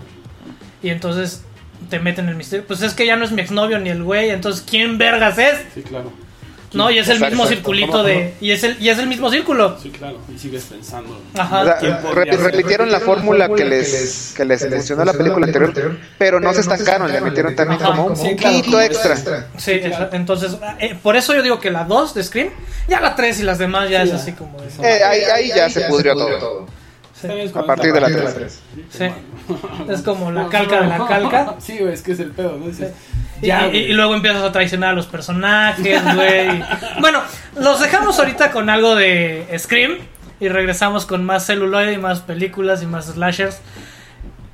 Y entonces te meten el misterio. Pues es que ya no es mi exnovio ni el güey. Entonces, ¿quién vergas es?
Sí, claro.
No, y es el
Exacto,
mismo
exacto.
circulito de. Y es el, y es el mismo círculo.
Sí, claro. Y sigues pensando.
Ajá.
O sea,
¿Quién
re-
podría ser?
repitieron la fórmula que les, que les funcionó la película anterior, pero no se estancaron, le metieron también como un
Sí, claro,
poquito
como
extra.
sí,
claro.
es- entonces, eh, por eso yo digo que la 2 de Scream, ya la 3 y las demás ya
Sí,
es
ya.
así como de.
Sí.
Eh, ahí, ahí ya se pudrió todo.
Está bien, es
A
cuando
partir de la
es
3.
Sí.
bueno.
Es como la calca de la calca.
Sí, güey, es que es el pedo, ¿no? Dices,
Y,
ya,
y-
güey.
y luego empiezas a traicionar a los personajes, güey. bueno, los dejamos ahorita con algo de Scream. Y regresamos con más celuloide y más películas y más slashers.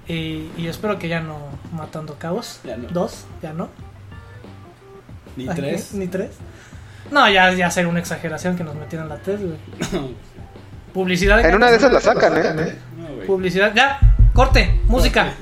Y, y espero que ya no matando cabos.
Ya no.
Dos, ya no.
Ni
Ay,
tres.
¿Ni tres? No, ya, ya sería una exageración que nos metieran la tres, güey. Publicidad.
En una de esas la sacan, ¿eh?
No, güey.
Publicidad. Ya, corte, música.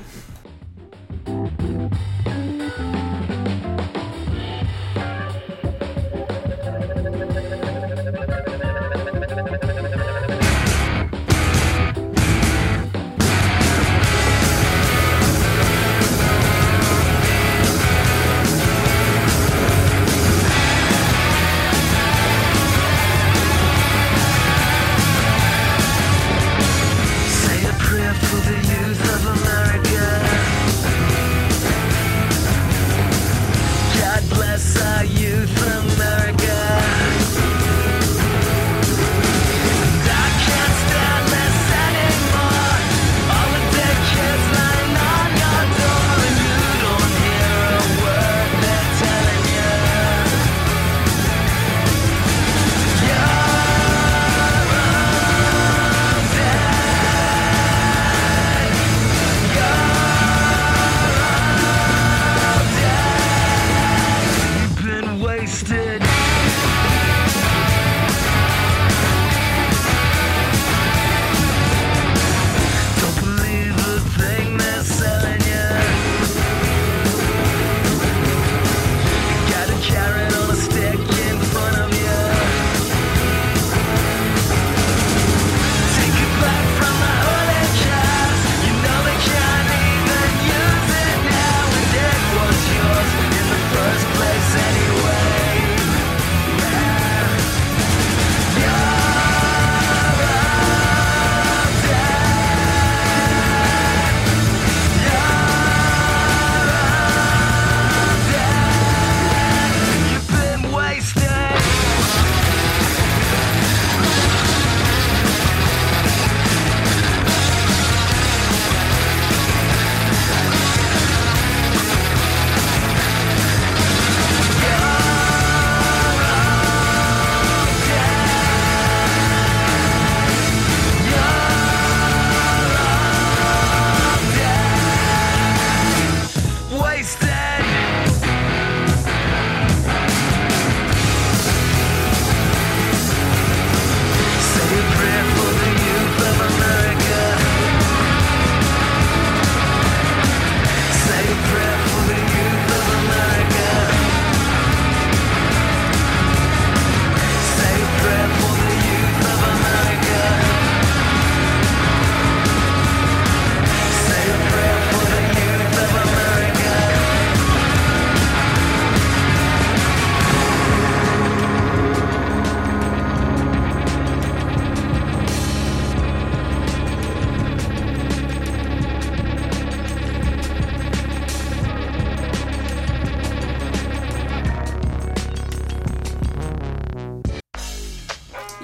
Say a prayer for the youth of America.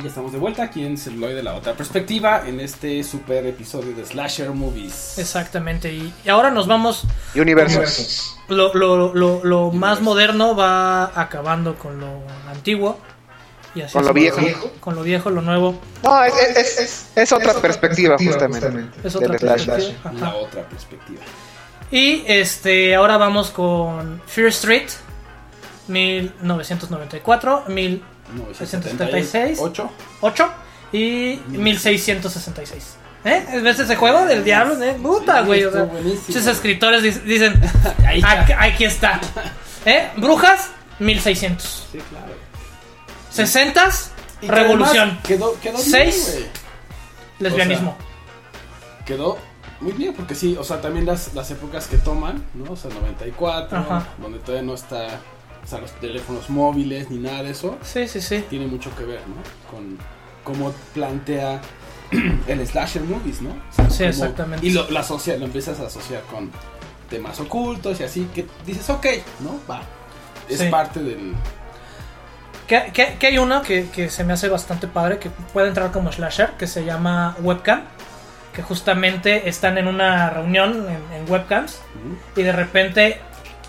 estamos de vuelta aquí en Celuloid de la otra perspectiva en este super episodio de Slasher Movies.
Exactamente. Y, y ahora nos vamos.
Y universos.
Lo, lo- lo- lo más
pues,
moderno va acabando con lo antiguo. Y así
Con
es
lo
como-
viejo.
Con lo viejo, lo nuevo.
No, es, es, es, es otra perspectiva, justamente.
Es otra
Del slasher.
perspectiva. Ajá.
La otra perspectiva.
Y este, ahora vamos con Fear Street 1994, 1008 1976.
8.
y 1666. ¿Eh? ¿Ves ese juego del diablo? ¿Eh? Puta,
Sí,
güey. O
estuvo
sea,
buenísimo.
muchos escritores dic- dicen:
Ahí está.
aquí, aquí está. ¿Eh? Brujas, 1600.
Sí, claro.
60
Y que
revolución.
además Quedó, quedó bien,
Seis.
güey.
Lesbianismo.
quedó muy bien, porque sí, o sea, también las, las épocas que toman, ¿no? O sea, 94,
Ajá.
donde todavía no está, o sea, los teléfonos móviles ni nada de eso,
sí, sí, sí.
tiene mucho que ver, ¿no? Con cómo plantea el slasher movies, ¿no? O sea,
Sí,
cómo-
exactamente.
Y lo, lo asocia, lo empiezas a asociar con temas ocultos y así, que dices, ok, ¿no? Va. Es
Sí.
parte del...
Que, que- que hay uno que, que se me hace bastante padre, que puede entrar como slasher, que se llama webcam, que justamente están en una reunión en, en webcams
¿no?
y de repente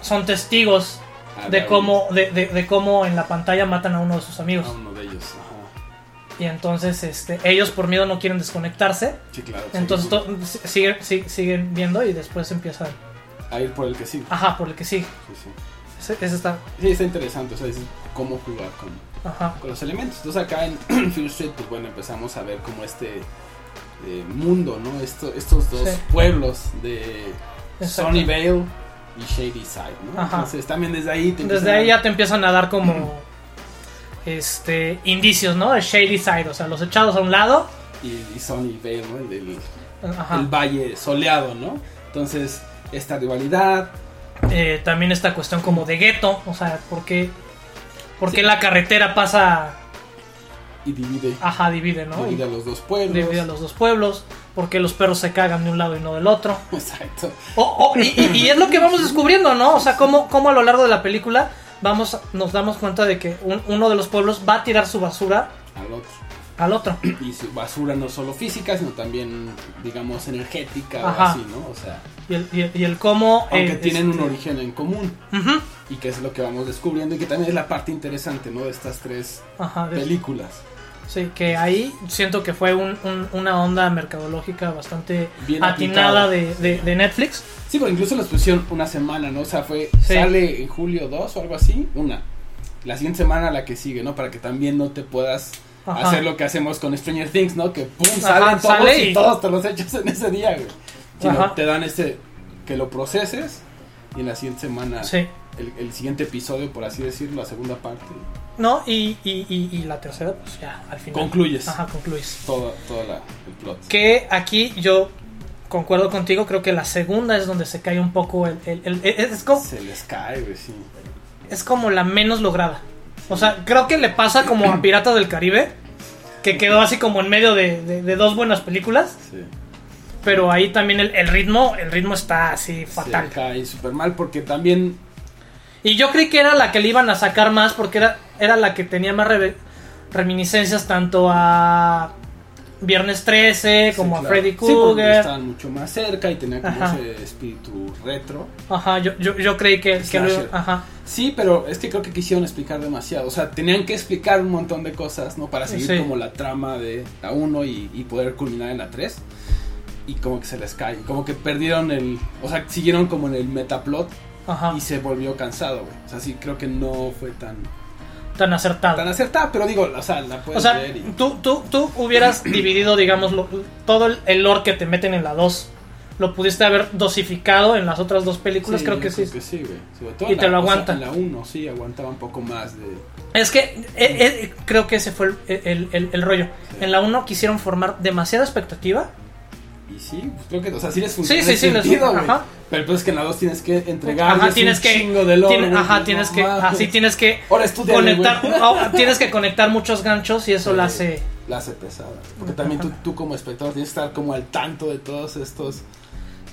son testigos
Ah,
de
ahí,
cómo, de, de- de cómo en la pantalla matan a uno de sus amigos.
A uno de ellos. Ajá.
Y entonces este, ellos por miedo no quieren desconectarse,
Sí, claro.
entonces
sí,
to- si- siguen, si- siguen viendo y después empiezan,
A ir por el que sigue.
ajá, por el que sigue.
Sí, sí.
Ese, ese está,
Sí, está interesante, o sea, es cómo jugar con...
ajá.
con los elementos. Entonces acá en Fear Street, pues bueno, empezamos a ver como este eh, mundo, ¿no? Esto, estos dos
Sí.
pueblos de
Exacto.
Sunnyvale y Shadyside, ¿no?
Ajá.
Entonces también desde ahí te
Desde
empiezan
ahí
a-
ya te empiezan a dar como este indicios, ¿no? El shady side, o sea, los echados a un lado.
y, y Sunnyvale, ¿no? El, del-
Ajá.
el valle soleado, ¿no? Entonces esta rivalidad,
Eh, también esta cuestión como de gueto, o sea, ¿por qué, por qué la carretera pasa,
y divide,
ajá, divide, Ah, ¿no?
divide a los dos pueblos.
Divide a los dos pueblos, porque los perros se cagan de un lado y no del otro.
Exacto.
Oh, oh, y, y- y es lo que vamos descubriendo, ¿no? O sea, cómo, cómo a lo largo de la película vamos, nos damos cuenta de que un- uno de los pueblos va a tirar su basura
Al otro.
al otro.
Y su basura no solo física, sino también, digamos, energética o
Ajá. Eh,
así, ¿no? O sea,
Y el, y el- y el cómo... eh,
aunque tienen un
este,
origen en común.
Ujú.
y que es lo que vamos descubriendo y que también es la parte interesante, ¿no? De estas tres
Ajá, de-
películas.
sí, que ahí siento que fue un- un- una onda mercadológica bastante
Bien
atinada
aplicada.
de, de- de Netflix.
Sí, porque incluso las pusieron una semana, ¿no? O sea, fue
Sí.
sale en julio 2 o algo así, una. La siguiente semana la que sigue, ¿no? Para que también no te puedas
Ajá.
hacer lo que hacemos con Stranger Things, ¿no? Que pum,
Ajá,
salen todos
sale
y...
y-
todos te los echas en ese día, güey. Sino
Ajá.
te dan este que lo proceses y en la siguiente semana
Sí.
el, el siguiente episodio, por así decirlo, la segunda parte,
¿No? Y, y- y- y la tercera, pues ya, al final.
Concluyes.
Ajá, concluyes.
todo toda la, el plot.
Que aquí yo concuerdo contigo, creo que la segunda es donde se cae un poco el... el- el- es, es como,
Se les cae, güey, sí.
es como la menos lograda. O sea, creo que le pasa como a Pirata del Caribe, que quedó así como en medio de- de- de dos buenas películas.
Sí.
Pero ahí también el, el ritmo, el ritmo está así fatal.
Se cae súper mal porque también
Y yo creí que era la que le iban a sacar más porque era, era la que tenía más reve- reminiscencias tanto a Viernes 13 como
Sí, claro.
a Freddy
Sí, porque
Krueger.
estaban mucho más cerca y tenían como
Ajá.
ese espíritu retro.
ajá, yo, yo, yo creí que, que lo-
Slasher.
ajá,
Sí, pero es que creo que quisieron explicar demasiado. O sea, tenían que explicar un montón de cosas, ¿no? Para seguir
Sí.
como la trama de la 1 y, y poder culminar en la 3. Y como que se les cae. Como que perdieron el. O sea, siguieron como en el metaplot
ajá,
y se volvió cansado, güey. O sea, sí, creo que no fue tan,
tan acertado.
tan acertada, pero digo, o sea, la puedes
o sea,
ver y.
tú, tú, tú hubieras dividido, digamos, lo- todo el, el lore que te meten en la 2. Lo pudiste haber dosificado en las otras dos películas,
Sí,
creo
yo
que sí.
güey. Sobre todo
Y
en
te
la-
lo
o sea,
aguanta.
en la 1, sí, aguantaba un poco más de.
Es que eh, eh, creo que ese fue el, el- el- el rollo. En la 1 quisieron formar demasiada expectativa.
Y sí, pues creo que, o sea, sí les
Sí,
funciona.
sí,
en ese
sí, les-
sentido, güey.
ajá.
Pero pues es que en la 2 tienes que entregar.
Ajá, tienes que,
Chingo de lore,
tiene-
güey, pues,
ajá,
no
tienes que,
mames.
así tienes que
Ahora estudia.
conectar, ah, tienes que conectar muchos ganchos y eso lo hace.
La hace pesada. Porque también tú, tú como espectador tienes que estar como al tanto de todos estos,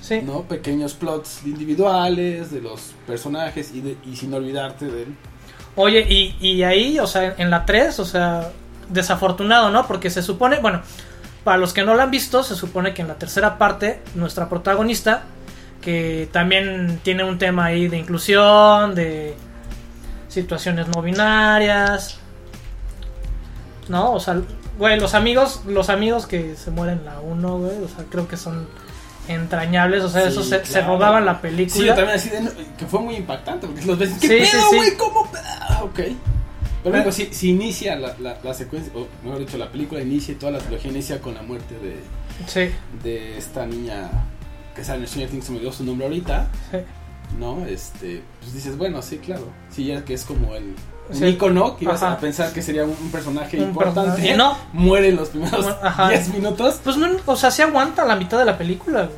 Sí,
¿no? Pequeños plots individuales, de los personajes y, de- y sin olvidarte de él.
Oye, y, y ahí, o sea, en la 3, o sea, desafortunado, ¿no? Porque se supone, bueno, para los que no la han visto, se supone que en la tercera parte, nuestra protagonista, que también tiene un tema ahí de inclusión, de situaciones no binarias, ¿no? O sea, güey, los amigos, los amigos que se mueren en la 1, güey, o sea, creo que son entrañables, o sea,
Sí,
eso se, se
claro.
robaban la
Sí, yo
película.
también así de, que fue muy impactante porque los ves, ¿qué
Sí, sí,
pedo,
sí.
güey? ¿Cómo? pe- Ah, ok. Pero luego si, si inicia la, la, la secuencia, o mejor dicho, la película inicia y toda la trilogía inicia con la muerte de,
sí,
de esta niña que sale en Stranger Things, se me dio su nombre ahorita,
sí.
¿no? Este, pues dices, bueno, sí, claro. Sí, ya que es como el un
Sí.
ícono que ibas
Ajá.
a pensar que sería un, un personaje
Un
importante.
personaje- no.
Muere en los primeros
Ajá.
10 minutos.
Pues no, o sea, se aguanta la mitad de la película, güey.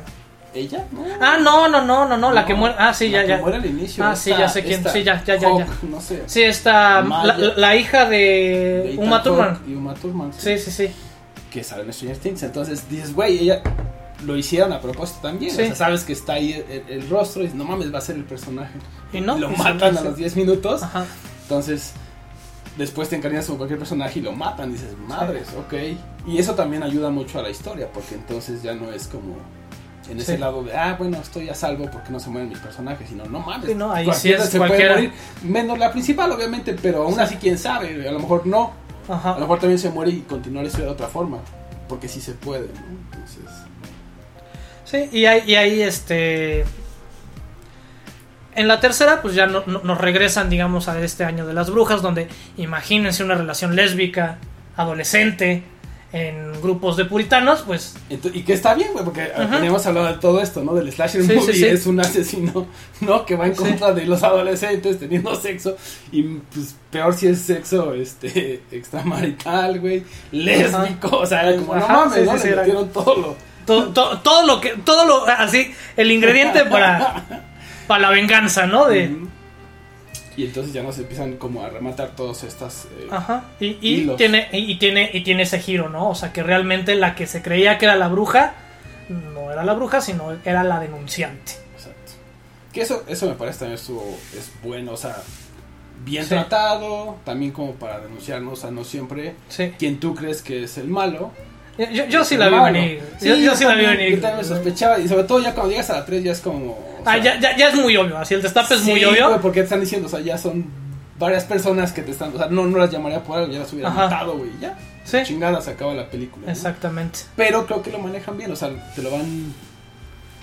¿Ella? No.
Ah, no, no, no, no, no, la que muere. Ah, sí,
la
ya,
que
ya.
muere al inicio.
Ah, sí, ya sé quién-
esta
sí, ya, ya, ya,
Hawk,
ya.
No sé.
Sí, esta.
Maya.
La, la hija
de
de
Ethan
Uma
Hawke
Thurman.
Y Uma Thurman.
Sí, sí, sí.
Que sale en Stranger Things. Entonces dices, güey, ella lo hicieron a propósito también.
Sí.
O sea, sabes que está ahí el, el rostro y dices, no mames, va a ser el personaje.
Y no,
Lo
pues,
matan a
sí, sí.
los 10 minutos.
Ajá.
Entonces, después te encariñas con cualquier personaje y lo matan. Dices, madres, ok. Y eso también ayuda mucho a la historia, porque entonces ya no es como en ese
Sí.
lado de, ah, bueno, estoy a salvo porque no se mueren mis personajes, sino, no mames.
Sí, no, ahí sí
cualquiera
es
puede
cualquiera.
menos la principal, obviamente, pero aún así, quién sabe, a lo mejor no. A lo
Ajá.
mejor también se muere y continúa la historia de otra forma, porque sí se puede, ¿no? Entonces,
Sí, y ahí, y ahí este. En la tercera, pues ya no- no- nos regresan, digamos, a este año de las brujas, donde imagínense una relación lésbica, adolescente, en grupos de puritanos, pues
Ento- y que está bien, güey, porque
Ajá.
habíamos hablado de todo esto, ¿no? Del slasher
Sí, sí,
movie
sí.
es un asesino, ¿no? Que va en
Sí.
contra de los adolescentes teniendo sexo y pues peor si es sexo este extramarital, güey, lésbico, o sea, era como
Ajá,
no mames,
sí,
¿no?
sí,
Le
sí, era-
metieron todo lo
to- to- todo lo que. Todo lo. Así, el ingrediente para. Para la venganza, ¿no? De.
Ujú. Y entonces ya nos empiezan como a rematar todas estas eh,
Ajá. Y, y
Hilos.
tiene, y, y tiene, y tiene ese giro, ¿no? O sea, que realmente la que se creía que era la bruja, no era la bruja, sino era la denunciante.
Exacto. Que eso, eso me parece también estuvo- es bueno, o sea, bien
Sí.
tratado, también como para denunciarnos, o sea, no siempre
Sí.
quien tú crees que es el malo.
Yo, yo- yo sí
es
la
el
vi
malo.
venir. yo, yo sí la vi
también,
venir.
Yo también lo sospechaba, y sobre todo ya cuando llegas a la 3 ya es como... o
Ah,
sea,
ya, ya, ya es muy obvio. Así el destape es
sí,
muy obvio.
güey, porque te están diciendo, o sea, ya son varias personas que te están, o sea, no, no las llamaría por algo, ya las hubiera
Ajá.
matado, güey, ya.
Sí.
Chingada, se acaba la película. ¿no?
Exactamente.
Pero creo que lo manejan bien, o sea, te lo van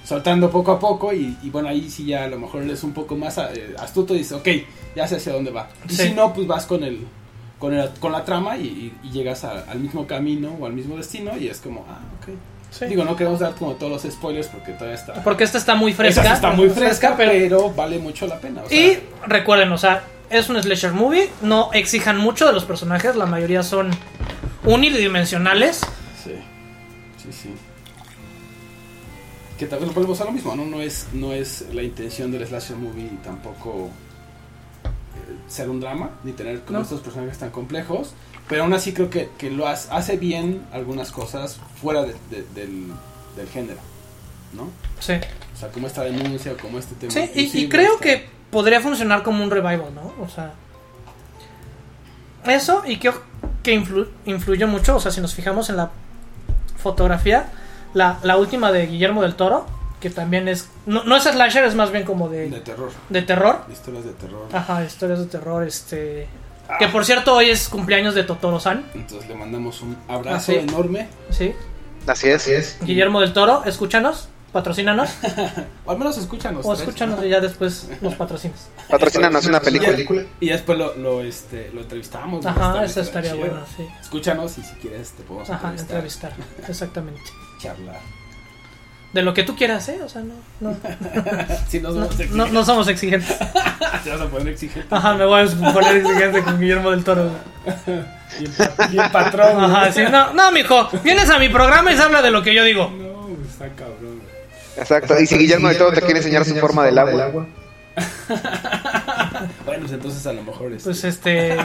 soltando poco a poco y, y bueno, ahí sí ya a lo mejor eres un poco más eh, astuto y dices, ok, ya sé hacia dónde va. Y
Sí.
si no, pues vas con el con, el- con la trama y, y- y llegas a- al mismo camino o al mismo destino y es como, ah, ok.
Sí.
Digo, no queremos dar como todos los spoilers porque todavía está...
Porque esta está muy
esa
fresca.
sí está muy fresca, pero, vale mucho la pena. o sea,
Y recuerden, o sea, es un slasher movie. No exijan mucho de los personajes. La mayoría son unidimensionales.
Sí, sí, sí. Que también lo podemos usar lo mismo, ¿no? No es, no es la intención del slasher movie tampoco eh, ser un drama, ni tener como
No.
estos personajes tan complejos, pero aún así creo que, que lo has- hace bien algunas cosas fuera de- de- del, del género, ¿no?
Sí.
O sea, como esta denuncia, como este tema.
Sí, y- y,
inclusive,
creo
esta-
que podría funcionar como un revival, ¿no? O sea. Eso, y creo que influ- influyó mucho. O sea, si nos fijamos en la fotografía, la, la última de Guillermo del Toro, que también es. No, no es slasher, es más bien como
De
de, de,
terror,
terror.
historias de terror.
Ajá, historias de terror, este.
Ah.
Que por cierto, hoy es cumpleaños de Totoro-san,
Entonces le mandamos un abrazo
Ah, sí.
enorme,
¿sí?
Así es.
Guillermo del Toro, escúchanos, patrocínanos,
o al menos escúchanos.
o
tres. Pues,
escúchanos y ya después nos patrocinas.
Patrocínanos una película.
Y después lo, lo, este, lo entrevistamos. güey, está-
Ajá,
está
eso estaría
chido.
bueno, sí.
Escúchanos y si quieres te podemos
Ajá,
entrevistar,
entrevistar, exactamente.
charlar.
De lo que tú quieras, ¿eh? O sea, no, no,
Si nos
no,
vamos a
no-
exigir,
no somos exigentes.
te vas a poner exigente.
Ajá, me voy a poner exigente con Guillermo del Toro.
Y el, pa- y el patrón. güey.
Ajá, sí, no, no, mijo, vienes a mi programa y se habla de lo que yo digo.
No, güey, está cabrón. güey.
Exacto. Y si Guillermo de todo te quiere enseñar su forma del agua.
Bueno, pues entonces a lo mejor es.
Pues este,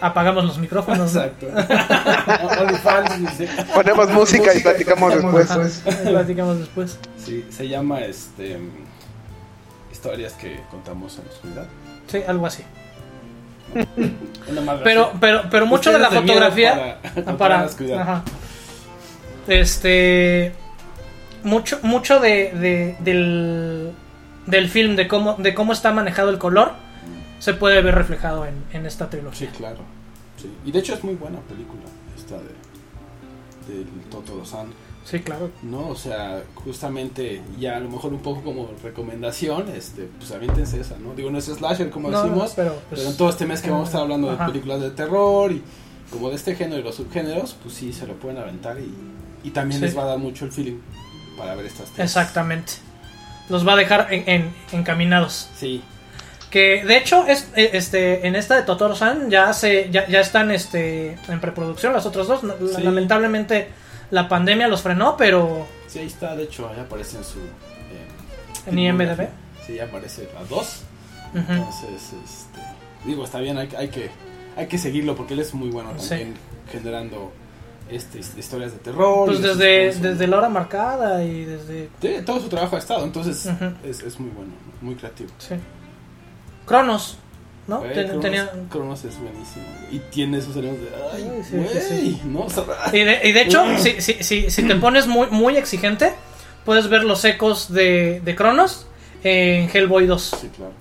apagamos los micrófonos. ¿no?
Exacto. OnlyFans, güey, sí.
Ponemos música y platicamos después.
Ahí platicamos después.
Sí, se llama este. mm, Historias que contamos en la oscuridad.
Sí, algo así.
Una madre
Pero,
así.
pero, pero mucho de la
Ustedes de miedo
fotografía.
para-
Ah,
para las cuidar.
ajá. Este. Mucho, mucho de, de- del, del film, de cómo, de cómo está manejado el color, se puede ver reflejado en, en esta
Mm. Sí,
trilogía.
claro. Sí. Y de hecho es muy buena película esta de del Totoro San.
Sí, claro.
No, o sea, justamente ya a lo mejor un poco como recomendación, este, pues aviéntense esa, ¿no? Digo, no es slasher como
No,
decimos,
pero,
pero,
pues,
en todo este mes que vamos a estar hablando
ajá.
de películas de terror y como de este género y los subgéneros, pues sí se lo pueden aventar y, y también
Sí.
les va a dar mucho el feeling para ver estas tres.
Exactamente. Los va a dejar en- en- encaminados.
Sí,
Que de hecho, es, eh, este, en esta de Totoro San ya se, ya, ya están este, en preproducción las otras dos. La-
Sí.
Lamentablemente la pandemia los frenó, pero
sí, ahí está, de hecho, ahí aparece en su... eh,
¿En IMDb?
Sí, aparece las dos.
ujú,
Entonces, este, digo, está bien, hay, hay que, hay que seguirlo porque él es muy bueno
Sí.
también generando este, este, historias de terror.
Pues
y de
desde,
suspenso.
desde la hora marcada y desde.
Sí, todo su trabajo ha estado, entonces
Ujú.
es, es muy bueno, muy creativo.
Sí. Cronos, ¿no?
Güey,
Ten-
Cronos-
tenía-
Cronos es buenísimo güey, y tiene esos elementos de.
Ay,
¡Ay,
sí,
güey!
sí, sí.
¿no? O sea,
Y de, y de hecho,
Mm.
si, si, si, si te pones muy, muy exigente, puedes ver los ecos de, de Cronos en Hellboy 2.
sí, claro.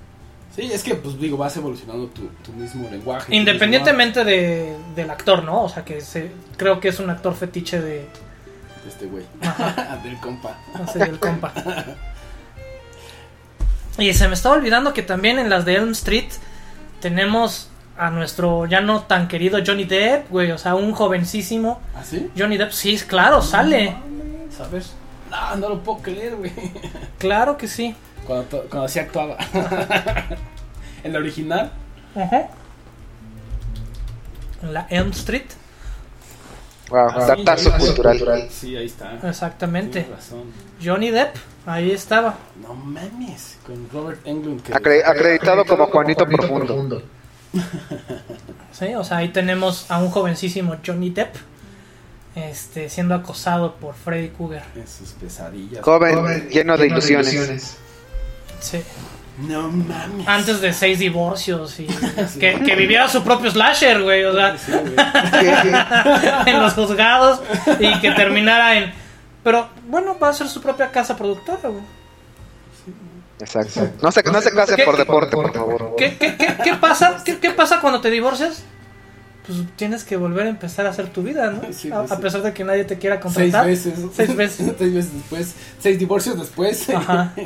Sí, es que, pues digo, vas evolucionando tu, tu mismo lenguaje. tu
Independientemente de, del actor, ¿no? O sea, que se, creo que es un actor fetiche de,
mismo- de este güey, del compa.
no sé, del compa. Y se me estaba olvidando que también en las de Elm Street tenemos a nuestro ya no tan querido Johnny Depp, güey. O sea, un jovencísimo
¿Ah, sí?
Johnny Depp, sí, claro, sale.
¿Sabes? No, no lo puedo creer, güey.
Claro que sí.
Cuando, to- cuando así actuaba. en la original.
Ajá. En La Elm Street,
Wow,
Ah, sí,
datazo
datazo
cultural.
Sí, ahí
Ah,
está.
exactamente.
Tienes razón.
Johnny Depp, ahí estaba.
No mames. Con Robert Englund. Que
Acre- acreditado como Juanito Profundo.
Sí, o sea, ahí tenemos a un jovencísimo Johnny Depp este, siendo acosado por Freddy Krueger.
En sus pesadillas.
Joven, lleno de ilusiones.
Sí.
No mames.
Antes de seis divorcios y
Sí.
que, que viviera su propio slasher, güey. O sea,
Sí, güey.
en los juzgados y que terminara en. Pero bueno, va a ser su propia casa productora, güey.
Exacto. No se, no se case
¿Qué-
por deporte, por favor.
¿Qué, qué, qué- qué pasa? ¿Qué, qué pasa cuando te divorcias? Pues tienes que volver a empezar a hacer tu vida, ¿no?
Sí,
a,
pues,
a
sí.
pesar de que nadie te quiera
Seis
contratar.
veces.
Seis veces.
Seis veces después. Seis divorcios después.
Ajá.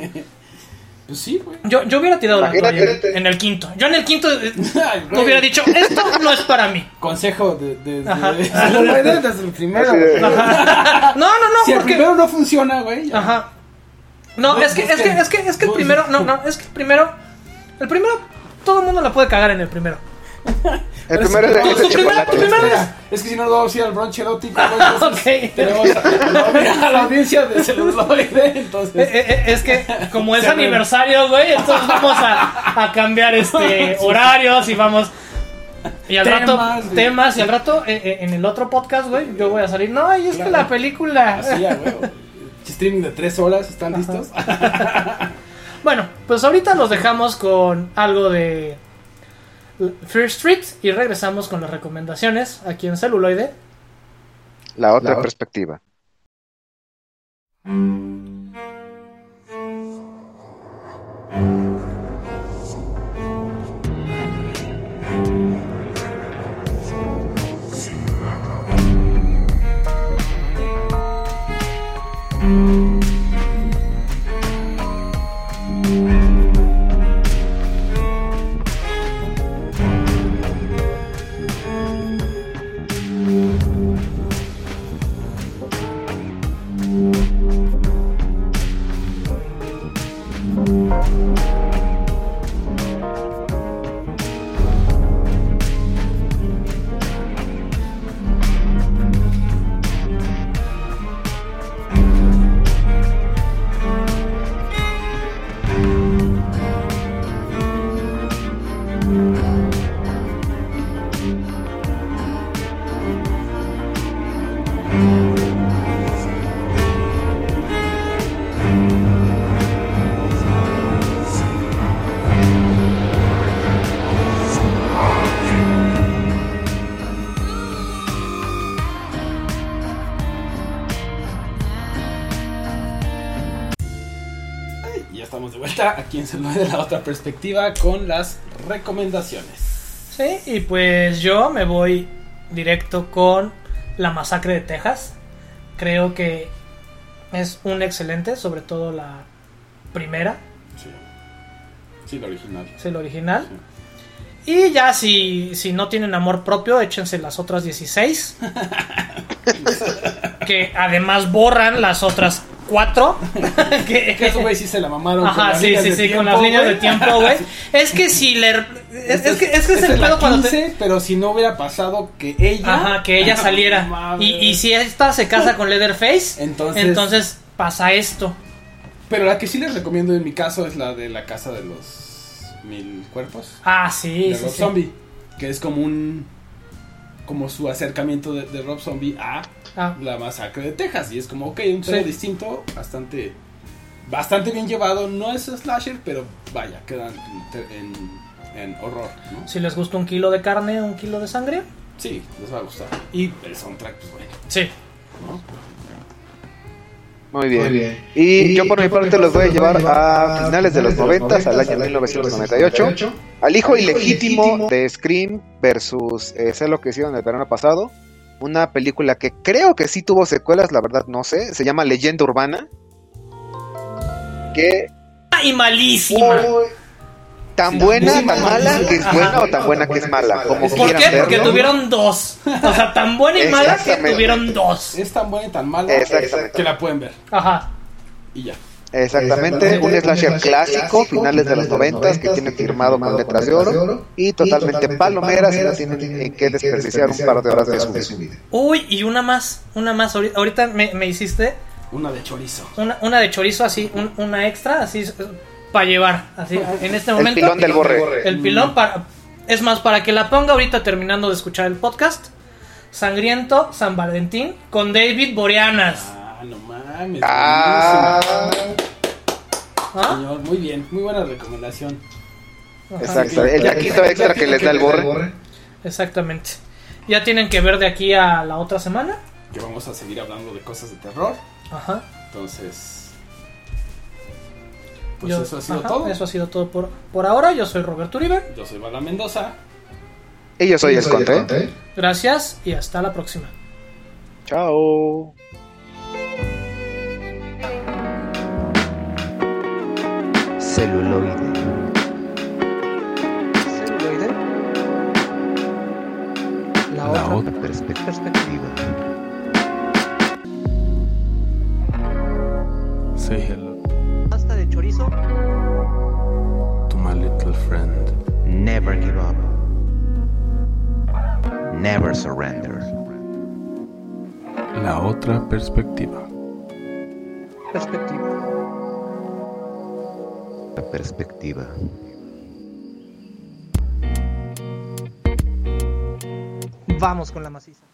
Pues sí, güey.
Yo, yo hubiera tirado la
Imagínate.
toalla en el quinto. Yo en el quinto eh,
Ay, güey.
hubiera dicho, esto no es para mí.
Consejo de, de-
Ajá.
de- se lo voy a dar desde el primero.
Así de-
No, no, no,
Si el
porque...
primero no funciona, güey. ya.
Ajá. No,
No,
es que, es que,
busquen.
es que, es que el
Busquen.
primero, no, no, es que el primero, el primero, todo el mundo la puede cagar en el primero.
El primero
Pero
Este es
tu
de
primera- tu
chocolate.
primera-
Espera, es que si no nos vamos a ir al bronche erótico, güey, entonces
Ok.
tenemos a, a la audiencia de celuloide,
Eh,
entonces.
eh, eh, es que como es
Se me-
aniversario, güey, entonces vamos a, a cambiar este horarios y vamos. Y al rato,
Temas, güey.
temas, y al rato eh, eh, en el otro podcast, güey, yo voy a salir. No, y es que
Claro.
la película.
Así ya, güey. Streaming de tres horas, ¿están listos?
Bueno, pues ahorita los dejamos con algo de Fear Street y regresamos con las recomendaciones aquí en celuloide.
La otra perspectiva.
estamos de vuelta aquí en Celular de la otra perspectiva con las recomendaciones.
Sí, y pues yo me voy directo con La Masacre de Texas. Creo que es un excelente, sobre todo la primera,
Sí, sí la original.
es el original. Y ya si, si no tienen amor propio, échense las otras 16. que además borran las otras 4. que,
Que esos güey sí se la mamaron. con
Ajá,
las
sí,
líneas
sí,
de
sí,
tiempo,
con las líneas
güey. Este
de tiempo, güey. Es que si le... Es, es que, es que es
Esta
el
la
pedo cuando te...
15, Pero si no hubiera pasado que ella.
Ajá, que ella
No
saliera.
mames.
y, y si esta se casa con Leatherface,
Entonces-
entonces, pasa esto.
Pero la que sí les recomiendo en mi caso es la de la casa de los mil cuerpos.
Ah, sí,
de
sí,
Rob
sí.
Zombie. Que es como un. Como su acercamiento de, de Rob Zombie a
Ah,
la masacre de Texas. Y es como, ok, un
Sí.
pedo distinto, bastante. Bastante bien llevado. No es slasher, pero vaya, quedan en, en- en horror, ¿no?
si les gusta un kilo de carne, un kilo de sangre.
Sí, les va a gustar. Y el soundtrack, pues bueno,
Sí.
¿no?
Muy
Muy
bien.
bien.
Y yo por mi parte los voy a llevar a finales de los 90 al año 1998. Al hijo ilegítimo de Scream versus eh, sé lo que hicieron el verano pasado. Una película que creo que sí tuvo secuelas, la verdad no sé. Se llama Leyenda Urbana. Que
Ah, y malísima.
muy- tan
Sí,
buena,
muy
tan mala
malísima.
que es
Ajá.
buena o tan buena que es mala. Como
¿Por
¿Por
quieran
qué? Porque
verlo.
tuvieron dos. O sea, tan buena y mala que
Exactamente.
tuvieron dos.
Es tan buena y tan mala
Exactamente.
que la pueden ver.
Ajá.
Y ya.
Exactamente, un slasher clásico, finales de los 90 que tiene firmado con letras de oro y totalmente palomeras y no tienen en qué desperdiciar un par de horas de su vida.
Uy, y una más. Una más. Ahori- Ahorita me, me hiciste
Una de chorizo.
una, una de chorizo así, un- una extra, así, para llevar. Así, en este
El
momento.
pilón del borre.
Pues,
El pilón para. Es más, para que la ponga ahorita terminando de escuchar el podcast. Sangriento San Valentín con David Boreanas.
Ah, no mames.
Ah,
buenísima,
¿Ah?
Señor, muy bien, muy buena recomendación.
exacto, el taquito extra que les da el borre.
Exactamente. Ya tienen que ver de aquí a la otra semana.
Que vamos a seguir hablando de cosas de terror.
Ajá.
Entonces. Pues
Yo-
eso ha sido
ajá,
todo.
Eso ha sido todo por, por ahora. Yo soy Roberto Uribe.
Yo soy Bala Mendoza.
Y yo soy el Conte.
Conte.
Gracias y hasta la próxima.
Chao.
Celuloide. Celuloide. La, otra, perspectiva.
Say hello
Pasta de chorizo.
to my little friend.
Never give up. Never surrender.
La otra perspectiva.
Perspectiva. La perspectiva. Vamos con la maciza.